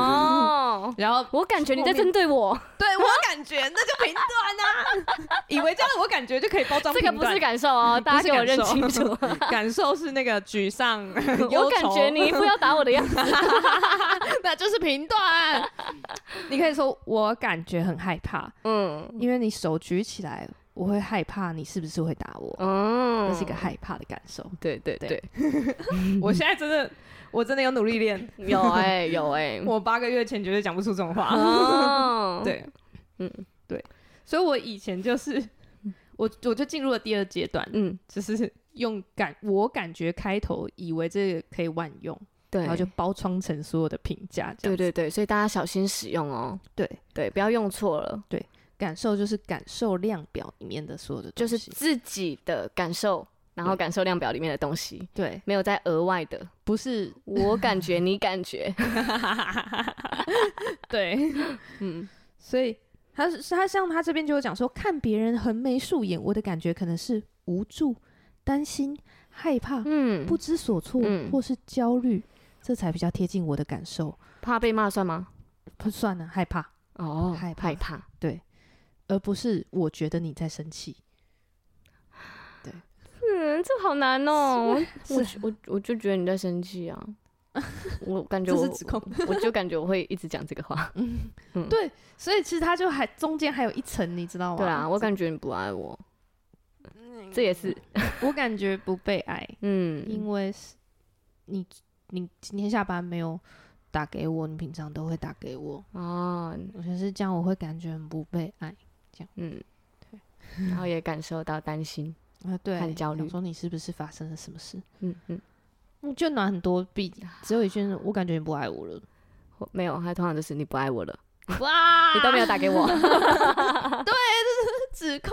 哦，
然后
我感觉你在针对我，
对我感觉那就评断啊， 以为这样我感觉就可以包装
这个
评
不
断
是感受 哦，大家给我认
感
清
受
楚。
感受是那个沮 丧、
我
忧
感
愁
觉 你一副要打我的样子。
那就是评断。 你可以说我感觉很害怕，
嗯
因为你手举起来，我会害怕你是不是会打我，
嗯
那是一个害怕的感受。
对对
对
对， 我现在真的，我真的有努力练。
有哎有 哎，
嗯
我八个月前绝对讲不出这种话。，
哦
对，
嗯
嗯，对，所以我以前就是，我我就进入了第二阶段，
嗯
就是用感我感觉开头，以为这个可以万用，
对，
然
然后就包装成所有的评价，这
对
样子
对对，所以大家小心使用哦。
对
对，不要用错了，
感受就是感受量表里面的所有的
就
东
是
西，
自己的感受，然后
对
感受量表里面的东西，
对，
没有再额外的。
不是
我感觉，你感觉，
对，
嗯，
所以他是他像他这边就有讲说，看别人横眉竖眼，我的感觉可能是无助、担心、害怕、
嗯，
不知所措，
嗯
或是焦虑，这才比较贴近我的感受。
怕被骂算吗？
不算了，害怕，
哦，
害怕
害怕，
而不是我觉得你在生气。
嗯，这好难哦。 我
是
我我就觉得你在生气啊，我感觉
这
我
是指控。
我就感觉我会一直讲这个话。
对，所以其实他就还中间还有一层，你知道吗？
对啊，我 感觉你不爱我，这也是，
我感觉不被爱，
嗯
因为是你你今天下班没有打给我，你平常都会打给我，
哦，
我觉得是这样，我会感觉很不被爱。
嗯，然后也感受到担心，
啊，对，
很焦
想
虑
说你是不是发生了什么事？啊
嗯嗯，
嗯就暖很多比只有一句，我感觉你不爱我了。
或没有，他通常就是你不爱我了，
哇
你都没有打给我，
指控，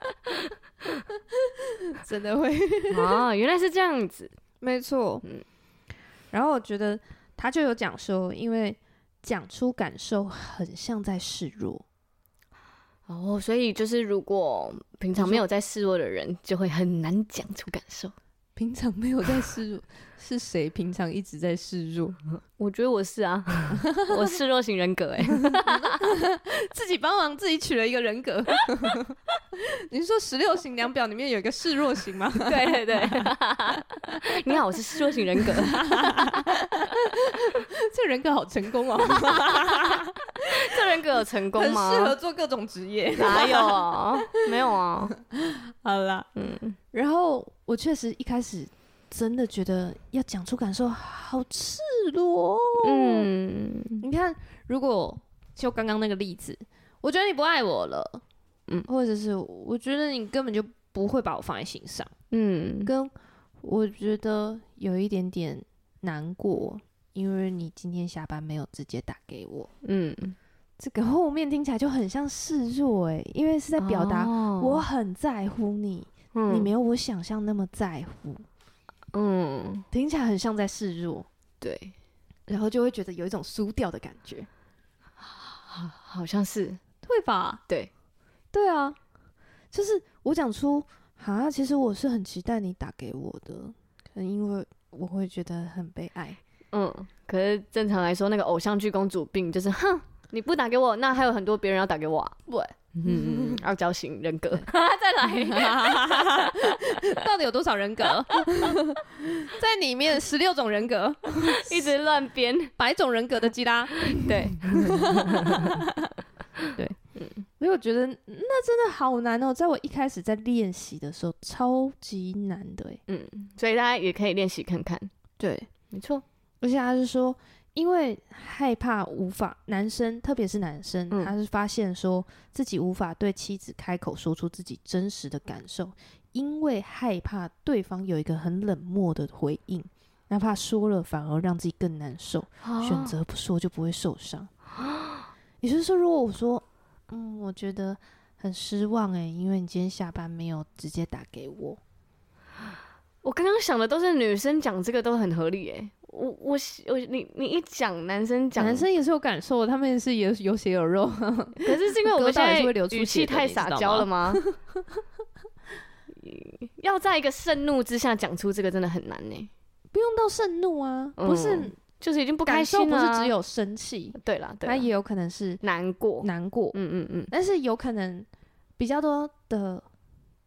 真的 会，
哦，原来是这样子，
没错。
嗯
然后我觉得他就有讲说，因为讲出感受很像在示弱，
哦，所以就是如果平常没有在示弱的人，就会很难讲出感受。
平常没有在示 弱，是谁平常一直在示弱？
我觉得我是啊， 我示弱型人格哎、
自己帮忙自己取了一个人格。 你是说十六型量表里面有一个示弱型吗？
对对对， 你好，我是示弱型人格，
这个人格好成 功哦，
这人格有成功
很
吗？
适合做各种职业。
哪有啊？没有啊，
好啦，
嗯，
然后我确实一开始真的觉得要讲出感受好赤裸哦，
嗯
你看，如果就刚刚那个例子，我觉得你不爱我了，
嗯
或者是我觉得你根本就不会把我放在心上，
嗯
跟我觉得有一点点难过，因为你今天下班没有直接打给我。
嗯，
这个后面听起来就很像示弱哎、因为是在表达
哦
我很在乎你，
嗯
你没有我想象那么在乎，
嗯嗯
听起来很像在示弱，
对，
然后就会觉得有一种输掉的感觉。
好好像是
会吧？
对，
对啊，就是我讲出啊，其实我是很期待你打给我的，可能因为我会觉得很被爱。
嗯，可是正常来说，那个偶像剧公主病就是，哼，你不打给我，那还有很多别人要打给我、啊。
对，
嗯，傲娇型人格，
再来， 到底有多少人 格？在里面十六种人格，
一直乱编。
百种人格的基 拉，
对，
嗯所以我觉得那真的好难哦，在我一开始在练习的时候，超级难的诶。欸
嗯，所以大家也可以练习看看。
对，
没错，
而且他是说，因为害怕无法，男生特别是男生，
嗯
他是发现说自己无法对妻子开口说出自己真实的感受，因为害怕对方有一个很冷漠的回应，哪怕说了反而让自己更难受，
哦
选择不说就不会受伤。也就是说，如果我说，嗯，我觉得很失望诶、因为你今天下班没有直接打给我，
我刚刚想的都是女生讲这个都很合理诶、我我我你你一讲男生讲，
男生也是有感受，他们也是也有血有肉。
可是是因为我们
割
现
到也
在
是会流出
语气
血的
太
你知
撒
道
娇了吗？ 要在一个盛怒之下讲出这个真的很难呢、
不用到盛怒啊，
嗯
不是、
就是已经不
不
开
感
心
受不
了、
是只有生气，
对啦，对
它
啦
也有可能是
难过，
难过，
嗯嗯嗯，
但是有可能比较多的，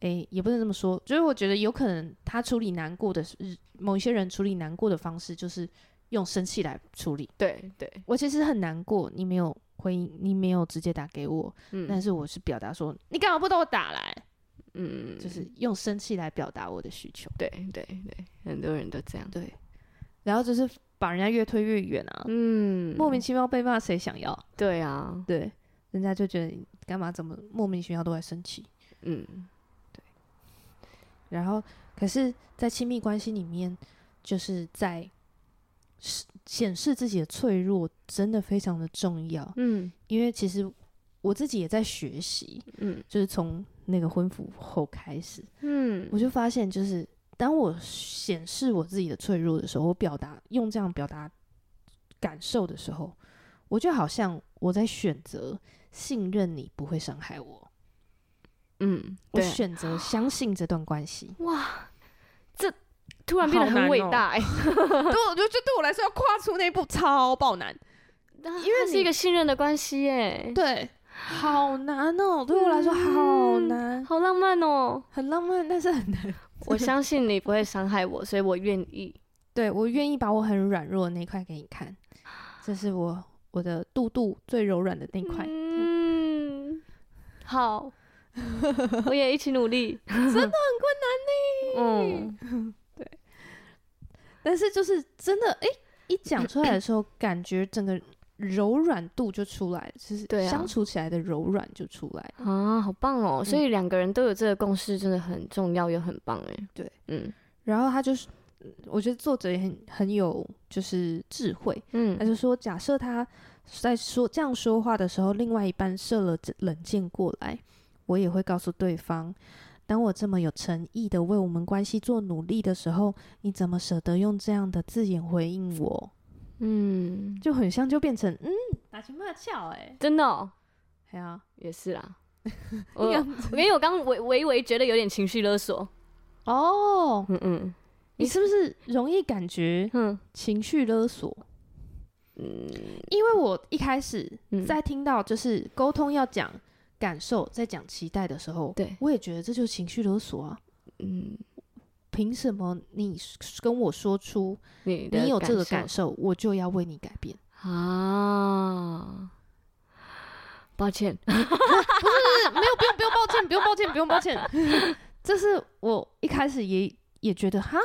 诶、也不能这么说，就是我觉得有可能他处理难过的是，某一些人处理难过的方式就是用生气来处理。
对对，
我其实很难过，你没有回应，你没有直接打给我，但
嗯
是我是表达说你干嘛不等我打来，
嗯，
就是用生气来表达我的需求。
对对对，很多人都这样，
对，然后就是把人家越推越远啊，
嗯，
莫名其妙被骂，谁想要？
对啊，
对，人家就觉得你干嘛怎么莫名其妙都在生气。
嗯
然后，可是，在亲密关系里面，就是在示显示自己的脆弱，真的非常的重要。
嗯
因为其实我自己也在学习，
嗯
就是从那个婚服后开始，
嗯，
我就发现，就是当我显示我自己的脆弱的时候，我表达用这样表达感受的时候，我就好像我在选择信任你不会伤害我，
嗯，
我
对，
选择相信这段关系。
哇，这突然变得
好
很
难
伟
哦
大、欸，
对，我觉得这对我来说要跨出那一步超爆难。
因
因为
是一
你
个信任的关系耶，
对，好难哦、对我来说好
嗯
难，
好浪漫哦！
很浪漫，但是很难。
我相信你不会伤害我，所以我愿意。
对我愿意把我很软弱的那一块给你看，这是我我的肚肚最柔软的那一块。
嗯，好，我也一起努 力。
真的很
嗯，
但是就是真的，哎、一讲出来的时候，感觉整个柔软度就出来了，就是
对啊
相处起来的柔软就出来了。
啊，好棒哦！所以两个人都有这个共识，真的很重要，也很棒哎。
对，
嗯
然后他就是，嗯我觉得作者也很很有就是智慧，他
嗯
就说，假设他在说这样说话的时候，另外一半射了冷箭过来，我也会告诉对方。当我这么有诚意的为我们关系做努力的时候，你怎么舍得用这样的字眼回应我？
嗯，
就很像就变成嗯，打情骂俏哎、
真的哦
哎呀，
也是 啦。我因为我刚微微微觉得有点情绪勒索。
哦，
嗯嗯
你是不是容易感觉
嗯
情绪勒索？
嗯
因为我一开始
嗯
在听到就是沟通要讲感受，在讲期待的时候，
对
我也觉得这就是情绪勒索啊！
嗯，
凭什么你跟我说出
你的
你有这个
受
感受，我就要为你改变？
啊，抱歉，
没有，不用，不用抱歉，不用抱歉，不用抱歉。 这是我一开始也也觉得哈，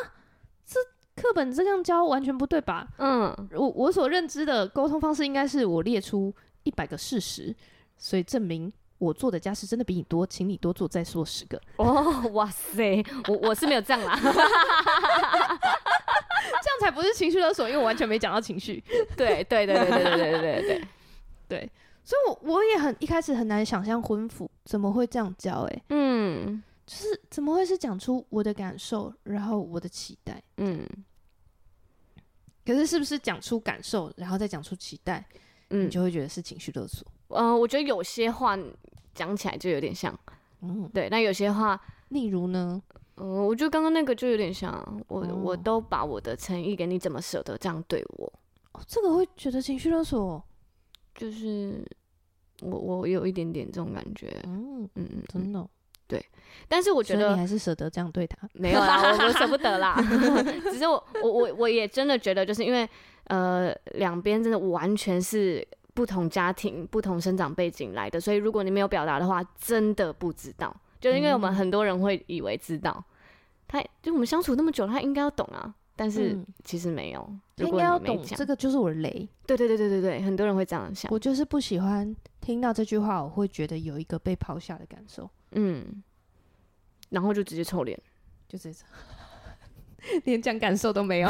这课本这样教完全不对吧？
嗯
我我所认知的沟通方式应该是我列出一百个事实，所以证明我做的家事真的比你多，请你多做再做十个。
哦，哇塞，我我是没有这样啦，
这样
才不是情绪勒索，因为我完全没讲到情绪。
对对对对对对对对对，
所以我我也很一开始很难想象婚服怎么会这样教、欸，哎，
嗯
就是怎么会是讲出我的感受，然后我的期待？
嗯
可是是不是讲出感受，然后再讲出期待，你
嗯，
就会觉得是情绪勒索？
呃，我觉得有些话讲起来就有点像，
嗯，
对，那有些话，
例如呢？
嗯、我觉得刚刚那个就有点像，我、
哦
我都把我的诚意给你，怎么舍得这样对我？
哦，这个会觉得情绪勒索，哦
就是我我有一点点这种感觉，
嗯，
嗯嗯嗯，
真的哦，
但是我
我
觉得
你还是舍得这样对他，
没有啦，我我舍不得 啦。只是我我我我也真的觉得，就是因为呃两边真的完全是不同家庭、不同生长背景来的，所以如果你没有表达的话，真的不知道。就是因为我们
嗯
很多人会以为知道，他就我们相处那么久，他应该要懂啊，但是
嗯
其实没有。
他
如
应
果
该
你
要
没
懂
讲
这个就是我的雷。
对对对对对对，很多人会这样想。
我就是不喜欢听到这句话，我会觉得有一个被抛下的感受，
嗯，然后就直接臭脸。
就这种。
连讲感受都没有。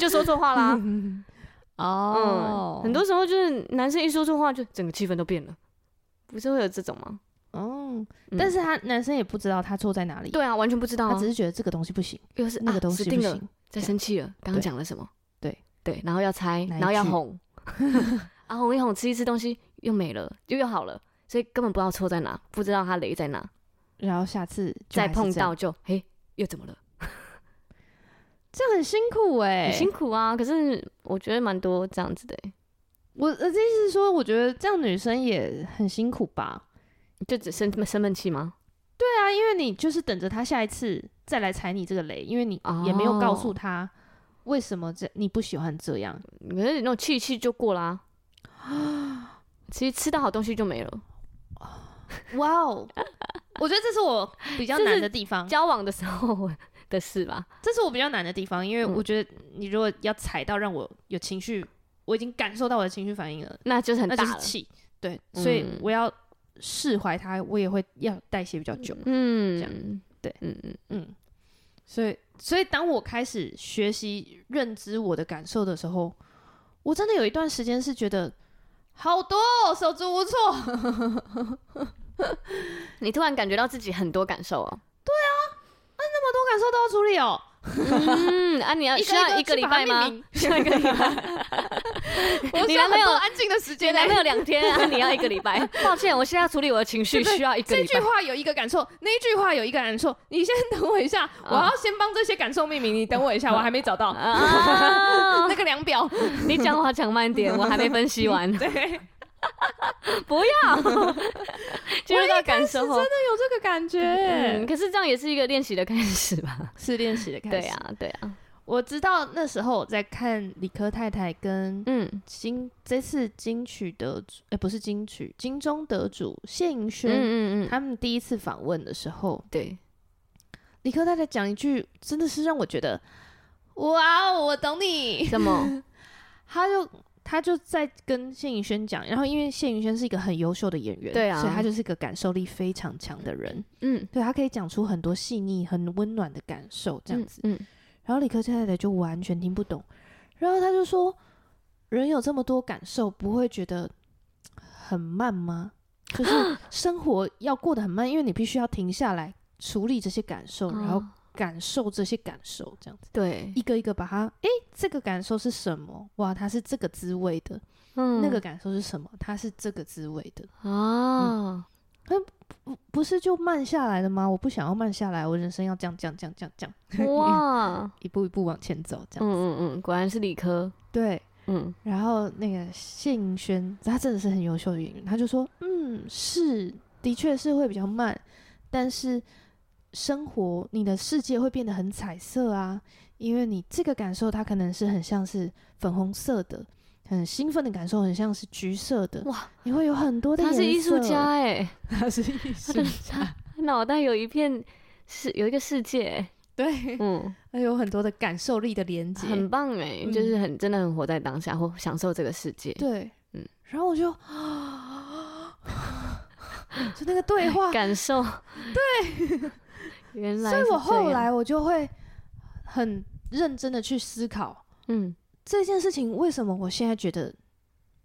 就说错话啦。
哦
嗯，很多时候就是男生一说错话，就整个气氛都变了，不是会有这种吗？
哦，
嗯
但是他男生也不知道他错在哪里，
对啊，完全不知道
他
啊
只，是觉哦得这个东西不行，
又是
那个东
啊、
西
死
不
定了，
行，
在生气了，刚刚讲了什么？
对
对，然后要猜，
哪一
然后要
句
哄，啊哄一哄，吃一吃东西又没了，就又好了，所以根本不知道错在哪，不知道他雷在哪，
然后下次就
再
还是
碰
这样
到，就嘿又怎么了？
这样很辛苦哎
很。辛苦啊，可是我觉得蛮多这样子的欸、
我我的意思是说，我觉得这样女生也很辛苦吧？
就只生生闷气吗？
对啊，因为你就是等着他下一次再来踩你这个雷，因为你
哦
也没有告诉他为什么这你不喜欢这样。
可是那种气一气就过啦、 其实吃到好东西就没了。
哇哦， 我觉得这是我比较
这是
难的地方，
交往的时候的事吧。
这是我比较难的地方，因为
嗯
我觉得你如果要踩到让我有情绪，我已经感受到我的情绪反应了，
那就是很
那
大
就是
了。
气。对，
嗯
所以我要释怀他，我也会要代谢比较久。这
嗯，
对，
嗯嗯，
嗯，所以所以当我开始学习认知我的感受的时候，我真的有一段时间是觉得好多哦、手足无措。
你突然感觉到自己很多感受 哦。
我感受都要处理 哦，
嗯，啊，你要
一
需
个
要
一
一个
个去
礼
把它
拜吗
命？名？
需要一个礼 拜？
我
你
需
男
要
朋
很
友
多安静的时
你
间。
男
欸
朋友两天啊，你要一个礼 拜？抱歉，我现在要处理我的情绪
对对
需要一个
这
礼
句
拜。
话有一个感受，那句话有一个感受。你先等我一 下，我要先帮这些感受命名。你等我一下，我还没找到
啊
那！个量表。
你讲话讲慢点，我还没分析完。
对，
不 要，进入到感受后。
有这个感觉、
嗯，可是这样也是一个练习的开始吧？
是练习的开
对
始。
啊，对啊，
我知道那时候我在看理科太太跟
嗯
金这次金曲得主，哎、不是金曲，金钟得主谢盈
嗯
萱、
嗯嗯，
他们第一次访问的时候，
对，
理科太太讲一句，真的是让我觉得，哇哦，我懂你。
什么？
他就他就在跟谢盈萱讲，然后因为谢盈萱是一个很优秀的演员，
对啊
所以他就是一个感受力非常强的人，
嗯，
对他可以讲出很多细腻、很温暖的感受这样子。
嗯，嗯
然后理科太太就完全听不懂，然后他就说：“人有这么多感受，不会觉得很慢吗？就是
啊
生活要过得很慢，因为你必须要停下来处理这些感受，然后
哦
感受这些感受，这样子
对，
一个一个把它，诶，这个感受是什么？哇，它是这个滋味的。
嗯
那个感受是什么？它是这个滋味的，
啊，
不是就慢下来了吗？我不想要慢下来，我人生要这样这样这样这样这样，
哇，
嗯 一步一步往前走，这
嗯
样子。
嗯嗯，果然是理科，
对，
嗯，
然后那个谢盈萱，她真的是很优秀的演员，她就说：“嗯，是，的确是会比较慢，但是生活你的世界会变得很彩色啊，因为你这个感受它可能是很像是粉红色的，很兴奋的感受很像是橘色的，
哇，
你会有很多的
他是
颜
艺术
色
家 哎，
他是艺术家，
脑袋有一片是有一个世界欸，
对，
嗯，
他有很多的感受力的连接，
很棒哎，
嗯
就是很真的很活在当下或享受这个世界，
对，嗯
嗯，
然后我就 啊，就那个对 话，
感 受，对，原来
所以
是
我
这
后
样
来我就会很认真的去思考
嗯
这件事情，为什么我现在觉得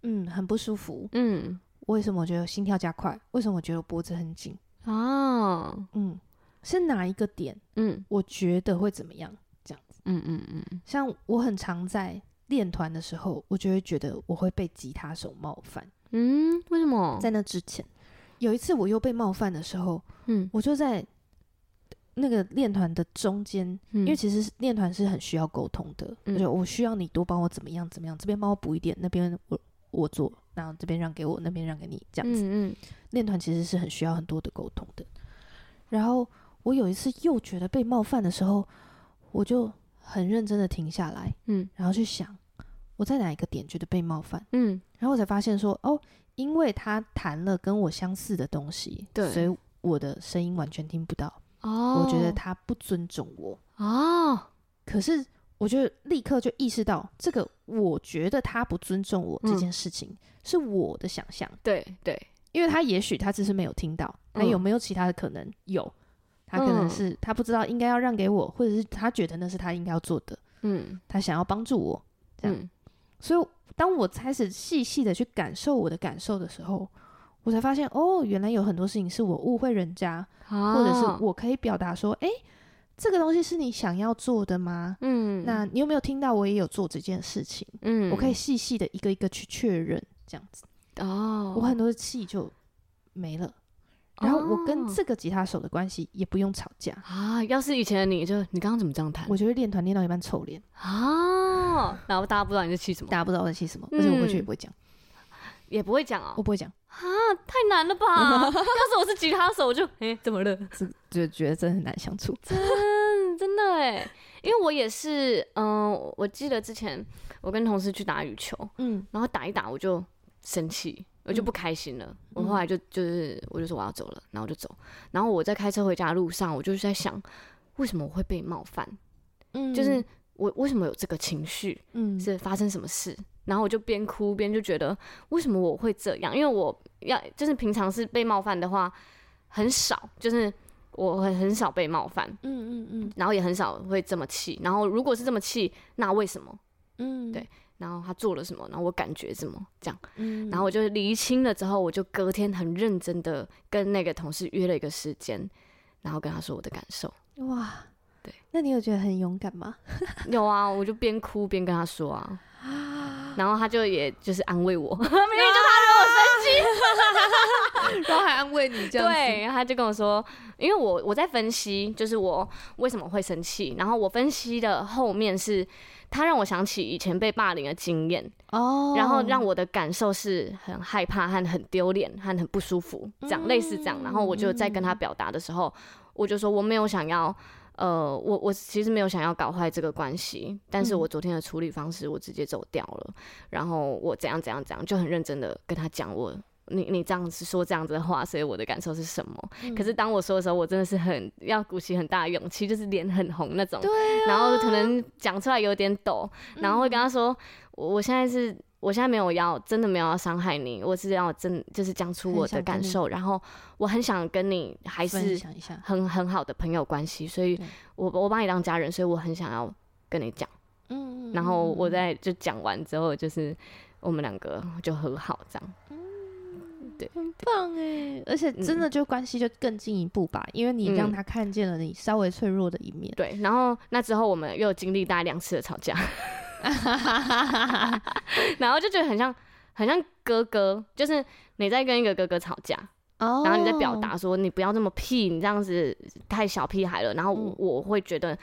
嗯很不舒服？
嗯
为什么我觉得心跳加快？为什么我觉得我脖子很紧？
哦，
嗯，是哪一个点？
嗯
我觉得会怎么样？
嗯嗯嗯，
像我很常在练团的时候，我就会觉得我会被吉他手冒犯。
嗯，为什么？
在那之前，有一次我又被冒犯的时候，
嗯，
我就在那个练团的中间，
因
因为其实是练团是很需要沟通的，
嗯
我就我需要你多帮我怎么样怎么样，这边帮我补一点，那边我我做，然后这边让给我，那边让给你，这样子。
嗯嗯
练团其实是很需要很多的沟通的。然后我有一次又觉得被冒犯的时候，我就很认真的停下来，
嗯
然后去想我在哪一个点觉得被冒犯，
嗯
然后我才发现说，哦，因为他谈了跟我相似的东西，
对
所以我的声音完全听不到，
哦，
我觉得他不尊重我。
哦，
可是我就立刻就意识到，这个我觉得他不尊重我这
嗯
件事情、是我的想象，
对对，
因为他也许他只是没有听到，那
嗯
有没有其他的可能？有。他可能
嗯
是他不知道应该要让给我，或者是他觉得那是他应该要做的，
嗯
他想要帮助我，这样
嗯
所以当我开始细细的去感受我的感受的时候，我才发现哦，原来有很多事情是我误会人家，
啊，
或者是我可以表达说，诶，这个东西是你想要做的吗？
嗯，
那你有没有听到我也有做这件事情？
嗯，
我可以细细的一个一个去确认，这样子，
哦，
我很多气就没了。然后我跟
哦
这个吉他手的关系也不用吵架，
啊，要是以前的你就你刚刚怎么这样谈
我就会练团练到一半臭脸，
啊？然后大家不知道你是气什么
大，家不知道我在气什么，而且我回去也不会讲，
也不会讲
我
哦，
不会讲，
太难了吧？ 要是我是吉他手，我就哎怎么了？
就觉得真的很难相处。
嗯，真的哎，因为我也是，嗯，我记得之前我跟同事去打羽球，
嗯
然后打一打我就生气，我就不开心了。我后来就就是我就说我要走了，然后我就走。然后我在开车回家的路上，我就是在想，为什么我会被冒犯？
嗯
就是我为什么有这个情绪？
嗯
是发生什么事？然后我就边哭边就觉得，为什么我会这样？因为我要就是平常是被冒犯的话很少，就是我很很少被冒犯，
嗯嗯嗯
然后也很少会这么气。然后如果是这么气，那为什么？
嗯，
对，然后他做了什么？然后我感觉怎么这样？
嗯
然后我就厘清了之后，我就隔天很认真的跟那个同事约了一个时间，然后跟他说我的感受。
哇，
对，
那你有觉得很勇敢吗？
有啊，我就边哭边跟他说 啊，然后他就也就是安慰我，
然后还安慰你这样子，
对，然后他就跟我说，因为我我在分析，就是我为什么会生气，然后我分析的后面是，他让我想起以前被霸凌的经验，
哦
然后让我的感受是很害怕和很丢脸和很不舒服，
嗯
这样、类似这样，然后我就在跟他表达的时候，我就说我没有想要。呃，我我其实没有想要搞坏这个关系，但是
嗯
我昨天的处理方式我直接走掉了，然后我怎样怎样怎样，就很认真的跟他讲我你你这样子说这样子的话，所以我的感受是什么？可
嗯
是当我说的时候，我真的是很要鼓起很大的勇气，就是脸很红那种，
啊
然后可能讲出来有点抖，
嗯
然后会跟他说，我我现在是。我现在没有要，真的没有要伤害你，我是要真就是讲出
很
我
想
的
跟
感
你
受，然后我很想跟你还
分
是
享一下，
很很好的朋友关系，所以
对
我我把你当家人，所以我很想要跟你讲。
嗯
然后我在就讲完之后，就是我们两个就和好这样。
很棒哎，而且真的就关系就更进一步吧，因为你让
嗯
他看见了你稍微脆弱的一面，
对，然后那之后我们又经历大概两次的吵架， 然后就觉得很像很像哥哥，就是你在跟一个哥哥吵架，
哦
然后你在表达说你不要这么屁，你这样子太小屁孩了，然后我,、
嗯
我会觉得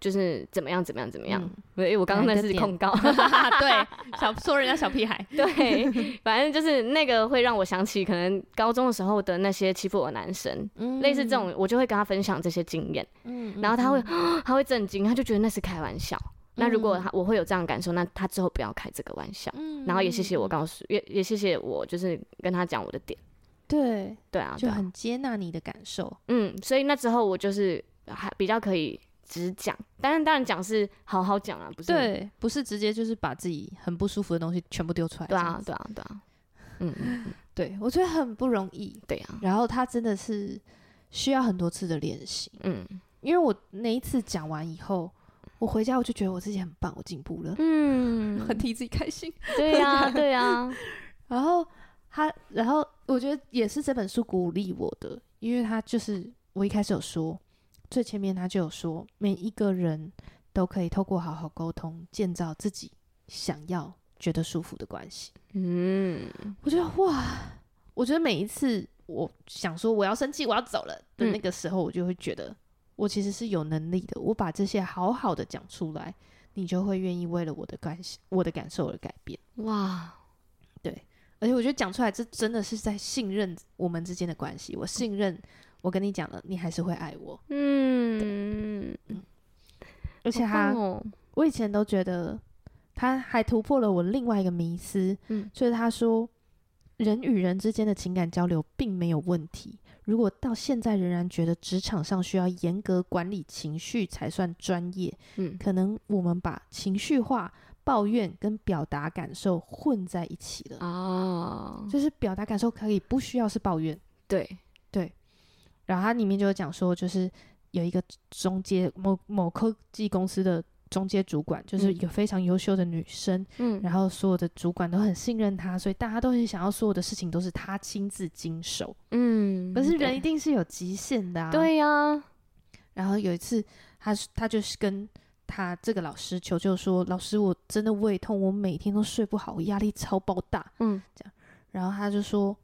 就是怎么样怎么样怎么样 因
嗯，
为我刚刚那是控 告，
对，小说人家小屁孩，
对，反正就是那个会让我想起可能高中的时候的那些欺负我的男生，
嗯
类似这，种，我就会跟他分享这些经验，
嗯
然后他会、
嗯
他会震惊，他就觉得那是开玩笑。那如果他我会有这样的感受，那他之后不要开这个玩笑。
嗯
然后也谢谢我
刚
告诉，也也谢谢我，就是跟他讲我的点。
对，
对啊，对
就
啊，
很接纳你的感受，
嗯，所以那之后我就是还比较可以只讲，但是当然讲是好好讲啊，不是
对，不是直接就是把自己很不舒服的东西全部丢出来，
对
这样
啊
子，
对啊对啊， 嗯，嗯嗯
对我觉得很不容易，
对啊，
然后他真的是需要很多次的练习，
嗯
因为我那一次讲完以后，我回家我就觉得我自己很棒，我进步了，
嗯，
很替自己开心。
对呀、对啊呀、
然后他，然后我觉得也是这本书鼓励我的，因为他就是我一开始有说，最前面他就有说，每一个人都可以透过好好沟通，建造自己想要、觉得舒服的关系。
嗯，
我觉得哇，我觉得每一次我想说我要生气，我要走了的
嗯
那个时候，我就会觉得我其实是有能力的，我把这些好好的讲出来，你就会愿意为了我的关系、我的感受而改变。
哇，
而且我觉得讲出来，这真的是在信任我们之间的关系。我信任，我跟你讲了，你还是会爱我。
嗯，
而
而
且他，
哦、
我以前都觉得他还突破了我另外一个迷思，
嗯
就是他说人与人之间的情感交流并没有问题。如果到现在仍然觉得职场上需要严格管理情绪才算专业，
嗯，
可能我们把情绪化、抱怨跟表达感受混在一起了。
哦，
就是表达感受可以不需要是抱怨。
对，
然后它里面就有讲说，就是有一个中介某某科技公司的中介主管，就是一个非常优秀的女生，
嗯，
然后所有的主管都很信任她，所以大家都很想要所有的事情都是她亲自经手。
嗯，
可是
对
人一定是有极限的、啊，。
对呀、
然后有一次她，他他就是跟他这个老师求救说：“老师，我真的胃痛，我每天都睡不好，我压力超爆大。”
嗯，
然后他就说：“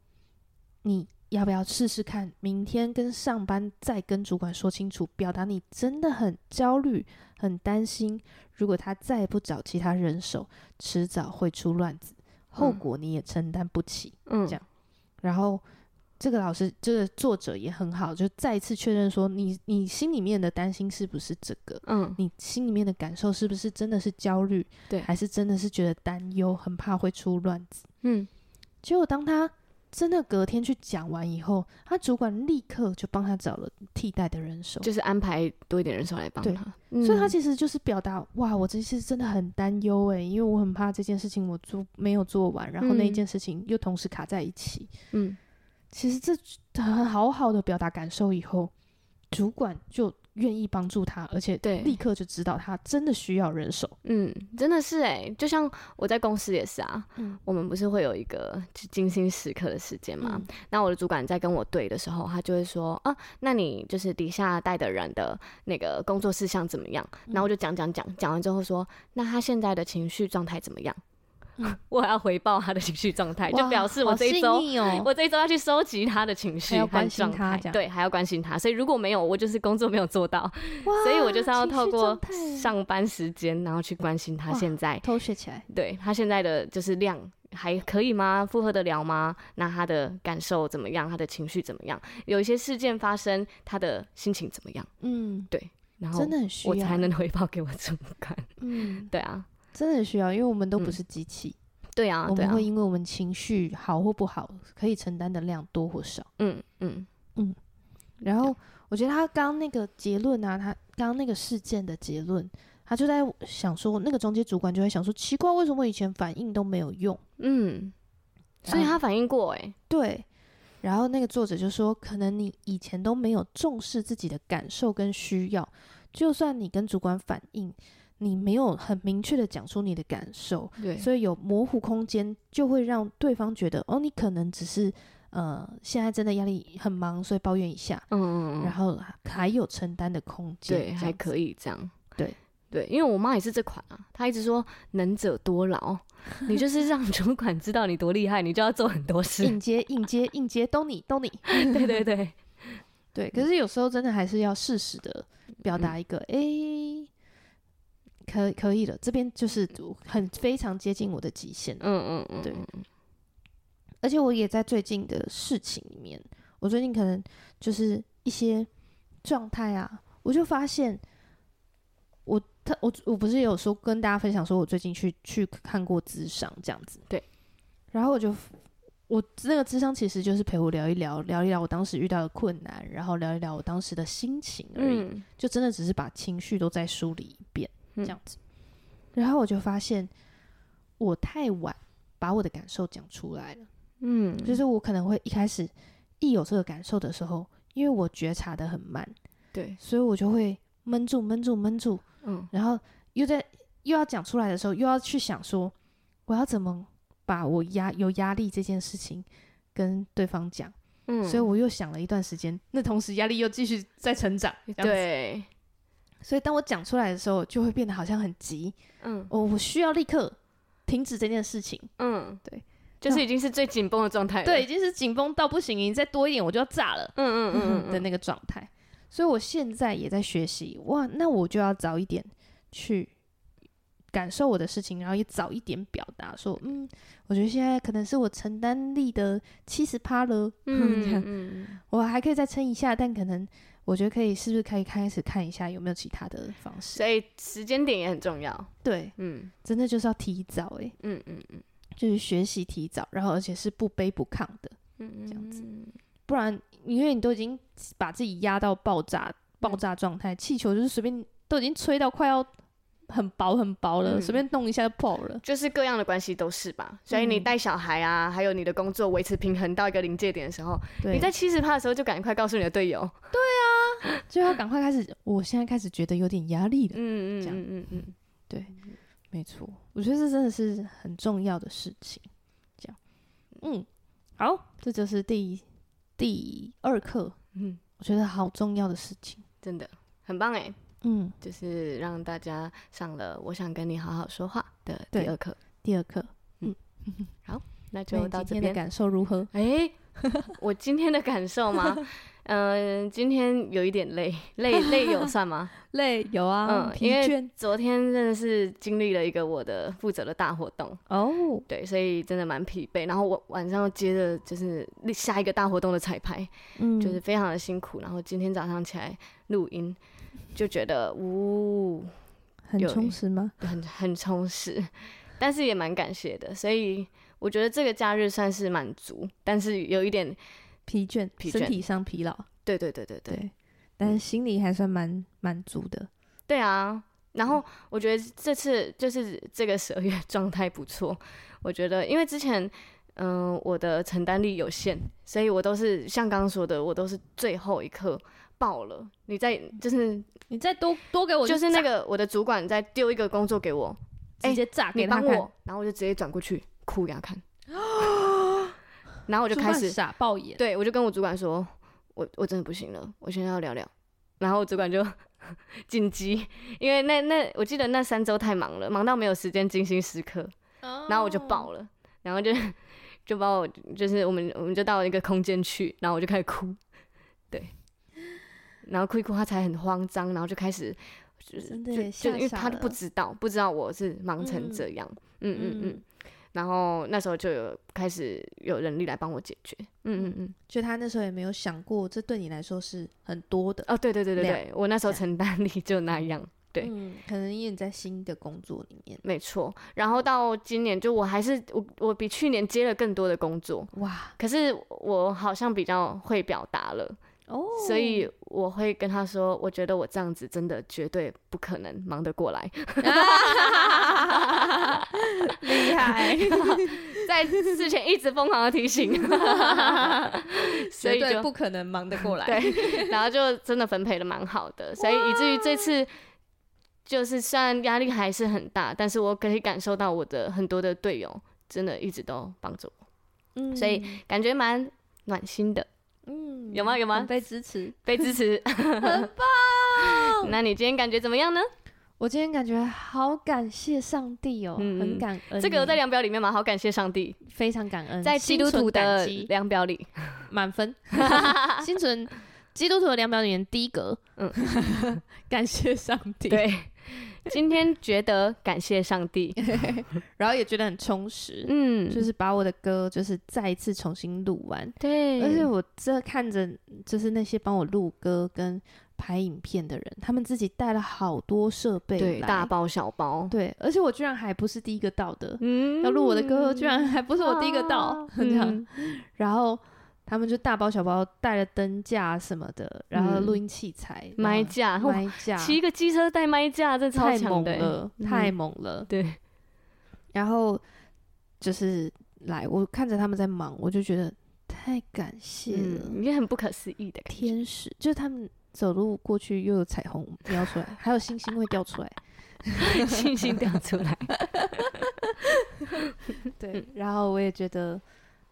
你要不要试试看？明天跟上班再跟主管说清楚，表达你真的很焦虑、很担心。如果他再不找其他人手，迟早会出乱子，后
嗯
果你也承担不起。
嗯，
这样然后这个老师，这个作者也很好，就再一次确认说你，你心里面的担心是不是这个？
嗯，
你心里面的感受是不是真的是焦虑？
对
还是真的是觉得担忧，很怕会出乱子？
嗯，
结果当他真的隔天去讲完以后，他主管立刻就帮他找了替代的人手，
就是安排多一点人手来帮
对
他，
所以他
嗯
其实就是表达哇，我这次真的很担忧诶，因为我很怕这件事情我做没有做完，然后那一
嗯
件事情又同时卡在一起。
嗯
其实这很好好的表达感受以后，主管就愿意帮助他，而且
对
立刻就知道他真的需要人手。
嗯，真的是哎、就像我在公司也是啊，
嗯
我们不是会有一个就精心时刻的时间嘛，那我的主管在跟我对的时候，他就会说啊，那你就是底下带的人的那个工作事项怎么样？然后我就讲讲讲，讲完之后说，那他现在的情绪状态怎么样？
嗯
我要回报他的情绪状态，哎就
哇
表示我
好
这一
细
周。
腻哦
我这一周要去收集他的情绪
还要
和
关心
状
他
态
这样啊
对，还要关心他。所以如果没有，我就是工作没有做到，所 以我就是要
哇
透
情绪
过
状态
上班时间，然后去关心他
哇
现在
偷学起来。
对他现在的就是量还可以吗？负荷得了吗？那他的感受怎么样？他的情绪怎么样？有一些事件发生，他的心情怎么样？
嗯，
然后
真的很需要，
我才能回报给我主管。
嗯，
对啊，
真的很需要，因为我们都不
嗯
是机器，
对啊，
我
对啊，
们会因为我们情绪好或不好，可以承担的量多或少。
嗯嗯
然后
啊
我觉得他刚那个结论啊，他刚那个事件的结论，他就在想说，那个中介主管就在想说，奇怪，为什么我以前反应都没有用？
嗯，所以
然后
他反应过哎、
对。然后那个作者就说，可能你以前都没有重视自己的感受跟需要，就算你跟主管反映，你没有很明确的讲出你的感受，
对
所以有模糊空间，就会让对方觉得哦，你可能只是呃，现在真的压力很忙，所以抱怨一下，
嗯嗯嗯，
然后还有承担的空间，
对，还可
以。
以这样。
对
对，因为我妈也是这款啊，她一直说能者多 劳，你就是让主管知道你多厉害，你就要做很多事。
应接应接应接，都 你都你。
对 对对，嗯
对，可是有时候真的还是要适时的表达一个，诶，可可以了，这边就是很非常接近我的极限了。
嗯嗯嗯，
对而且我也在最近的事情里面，我最近可能就是一些状态啊，我就发现我他我我不是有说跟大家分享说我最近去去看过智商这样子，
对，
然后我就我那个智商其实就是陪我聊一聊，聊一聊我当时遇到的困难，然后聊一聊我当时的心情而已，
嗯
就真的只是把情绪都再梳理一遍这
嗯
样子，然后我就发现我太晚把我的感受讲出来了。
嗯，
就是我可能会一开始一有这个感受的时候，因为我觉察的很慢，
对，
所以我就会闷住、闷住、闷住，
嗯，
然后又在又要讲出来的时候，又要去想说，我要怎么把我压有压力这件事情跟对方讲，
嗯，
所以我又想了一段时间，那同时压力又继续在成长，这样子，
对，
所以当我讲出来的时候，就会变得好像很急，
嗯
哦，我需要立刻停止这件事情，
嗯，
对，
就是已经是最紧绷的状态了，
对，已经是紧绷到不行，你再多一点我就要炸了。
嗯，嗯嗯嗯 嗯
的那个状态。所以我现在也在学习，哇，那我就要早一点去感受我的事情，然后也早一点表达说，嗯，我觉得现在可能是我承担力的七十趴了， 这
嗯
样
嗯
我还可以再撑一下，但可能我觉得可以，是不是可以开始看一下有没有其他的方式？
所以时间点也很重要。
对，
嗯
真的就是要提早、欸，
嗯嗯嗯
就是学习提早，然后而且是不卑不亢的，
嗯，
这样子
嗯
不然因为你都已经把自己压到爆炸爆
嗯
炸状态，气球就是随便都已经吹到快要很薄很薄了，
嗯
随、便弄一下就爆了。
就是各样的关系都是吧。所以你
嗯
带小孩啊，还有你的工作维持平衡到一个临界点的时候，
对，
你在七十趴的时候就赶快告诉你的队友，
就要赶快开始，我现在开始觉得有点压力了。
嗯嗯
这样
嗯嗯嗯，
没错，我觉得这真的是很重要的事情。这样，嗯，好，这就是第第二课，
嗯
嗯，我觉得好重要的事情。
真的很棒哎、
嗯，
就是让大家上了《我想跟你好好说话》的第
对
二课，
第二课，
那
那
就
你
到这
今天的
边。
感受如何？
哎、我今天的感受吗？嗯、今天有一点累，累累 有算吗？
累有啊，
嗯
疲
因为
倦
昨天真的是经历了一个我的负责的大活动，
哦，
对，所以真的蛮疲惫。然后我晚上又接着就是另下一个大活动的彩排，
嗯，
就是非常的辛苦。然后今天早上起来录音，就觉得呜、
很
有
充实吗？
很很充实，但是也蛮感谢的。所以我觉得这个假日算是满足，但是有一点，
疲倦，
疲
身
倦
体上疲劳，
对对对对对，
对，但是心里还算蛮满足的。
对啊。然后我觉得这次就是这个十二月 状态不错，我觉得因为之前。嗯，我的承担力有限，所以我都是像刚刚说的，我都是最后一刻爆了。你在就是
你再多多给我
就是那个我的主管在丢一个工作给我，
直接炸
你
给他
帮
看，
我，然后我就直接转过去哭给他 看，然后我
我
就开始
傻爆眼，
对，我就跟我主管说，我我真的不行了，我现在要聊聊。然后我主管就 紧急，因为那那我记得那三周太忙了，忙到没有时间精心时刻，
哦
然后我就爆了，然后就 就把我就是我们我们就到一个空间去，然后我就开始哭，对，然后哭一哭，他才很慌张，然后就开始
真的
就就
也吓
因为
傻
他都不
了
知道，不知道我是忙成
嗯
这样，嗯嗯嗯
嗯
然后那时候就有开始有人力来帮我解决，嗯嗯嗯，
就他那时候也没有想过，这对你来说是很多的。
哦，对对对对
量
对，我那时候
这
承担力就那样，对
嗯，可能因为你在新的工作里面，
没错。然后到今年，就我还是我我比去年接了更多的工作，
哇
可是我好像比较会表达了，
哦，
所以我会跟他说，我觉得我这样子真的绝对不可能忙得过来。
厉 害，
在事前一直疯狂的提醒， 所
绝
以
对
就
不可能忙得过 来。
对，然后就真的分配的蛮好的，所以以至于这次就是虽然压力还是很大，但是我可以感受到我的很多的队友真的一直都帮助我，
嗯，
所以感觉蛮暖心的，
嗯，
有吗有吗
很被支持，
被支持。
很棒。
那你今天感觉怎么样呢？
我今天感觉好感谢上帝哦，
嗯
很感恩你。
这个在量表里面嘛，好感谢上帝，
非常感恩，
在基
心
督徒
存感
的
激
量表里，
满 分，心存基督徒的两秒里面第一格，
嗯
嗯， 感谢上帝，，
对， 今天觉得感谢上帝，
然后也觉得很充实，
嗯，
就是把我的歌就是再一次重新录完，
对，
而且我这看着就是那些帮我录歌跟拍影片的人，他们自己带了好多设备
对
来
大包小包，
对，而且我居然还不是第一个到的，
嗯
要录我的歌居然还不是我第一个到
啊，
这样。
嗯
然后他们就大包小包带了灯架什么的，然后
嗯
录音器材、
麦
然后
架，哇
麦架，
骑一个机车带麦架，这超
太
强
猛
的欸、
了，
嗯
太猛了。
对，
然后就是来，我看着他们在忙，我就觉得太感谢了，
嗯嗯，也很不可思议的感觉。
天使就是他们走路过去又有彩虹飘出来，还有星星会掉 出来。
星星掉出 来，
对，然后我也觉得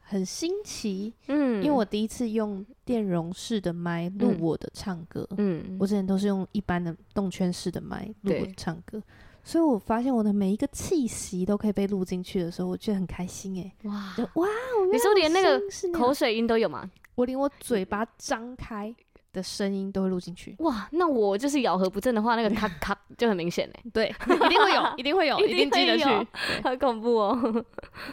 很新奇，
嗯
因为我第一次用电容式的麦录
嗯
我的唱歌，
嗯
我之前都是用一般的动圈式的麦录
对
我唱歌，所以我发现我的每一个气息都可以被录进去的时候，我觉得很开心哎、
哇
就，哇，我
你说连那个口
口，
水音都有吗？
我连我嘴巴张开的声音都会录 进去，
哇，那我就是咬合不正的话， 那个咔咔就很明显欸嘞，
对，一定会有，一定会有，
一
一定
定
记得
会
去。
有
对
好恐怖 哦，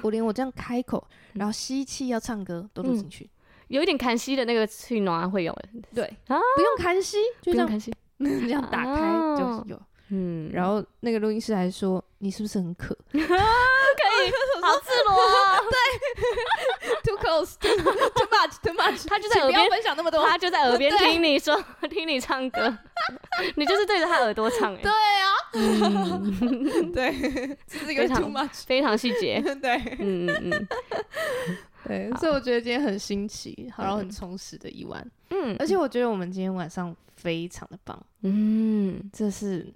我连我这样开口，然后吸气要唱歌都录进去，
有一点看戏的那个去暖会有，
对，
啊
不用看吸，
不
就这
用
样
看戏，
这样打开就是有。
嗯，
然后那个录音师还说：“你是不是很渴？
好赤裸哦，
Too close, too too much, too much。
他就在
请不
耳
要
边
分享那么多。
他就在耳边
对
听你说， 听你唱歌，你就是对着他耳朵唱，哎
对，啊，
嗯
对， 这是一个
非常
too much。
非常细节，
对
嗯嗯嗯
对，所以我觉得今天很新奇，然
嗯
后很充实的一晚，
嗯，
而且我觉得我们今天晚上非常的棒，
嗯，
这是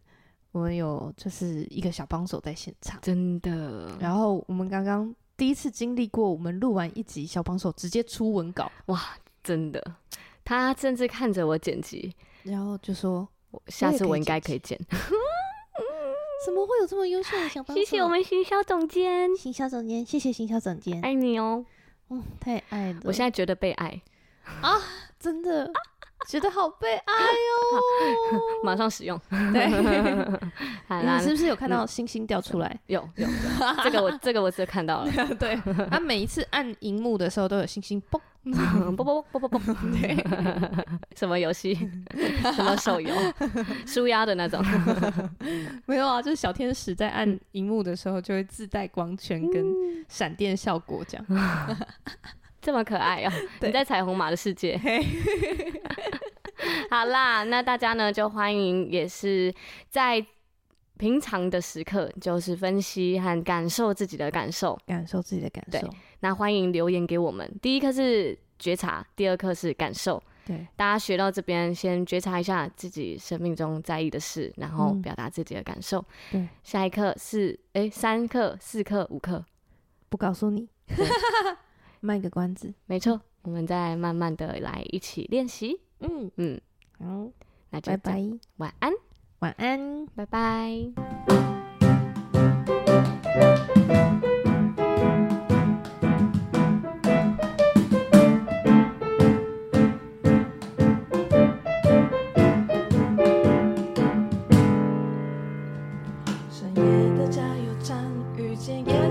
我们有就是一个小帮手在现场，
真
嗯
的，
然后我们刚刚第一次经历过，我们录完一集，小帮手直接出文稿，
真的，他甚至看着我剪辑，
然后就说
我下次我应该可以剪。
怎么会有这么优秀的小帮手？
谢谢我们行销总监，
行销总监，谢谢行销总监，
哎
爱你哦！
嗯，太爱了，
我现在觉得被爱，
真的觉得好悲 哀哦。
马上使用。
对，
好啦
你，是不是有看到星星掉出来？
有有，有这个我这个我只看到了。
对， 他每一次按荧幕的时候都有星 星嘣。
啵啵啵啵啵啵，什么游戏？ 什么手游？舒压的那种。
没有啊，就是小天使在按荧幕的时候就会自带光圈跟闪电效果这样。
这么可爱啊！
对
你在彩虹马的世界。 好啦，那大家呢就欢迎也是在平常的时刻，就是分析和感受自己的感受。
感受自己的感受
对，那欢迎留言给我们。第一课是觉察，第二课是感受。
对，
大家学到这边，先觉察一下自己生命中在意的事，然后
嗯
表达自己的感受。
对，
下一课是诶，三课、四课、五课，
不告诉你， 卖个关子。
没错，我们再慢慢的来一起练习。
嗯，
嗯，
好，
那就
拜
这样，
拜，
晚安，
晚安。
拜拜。
深夜的加油站，遇见夜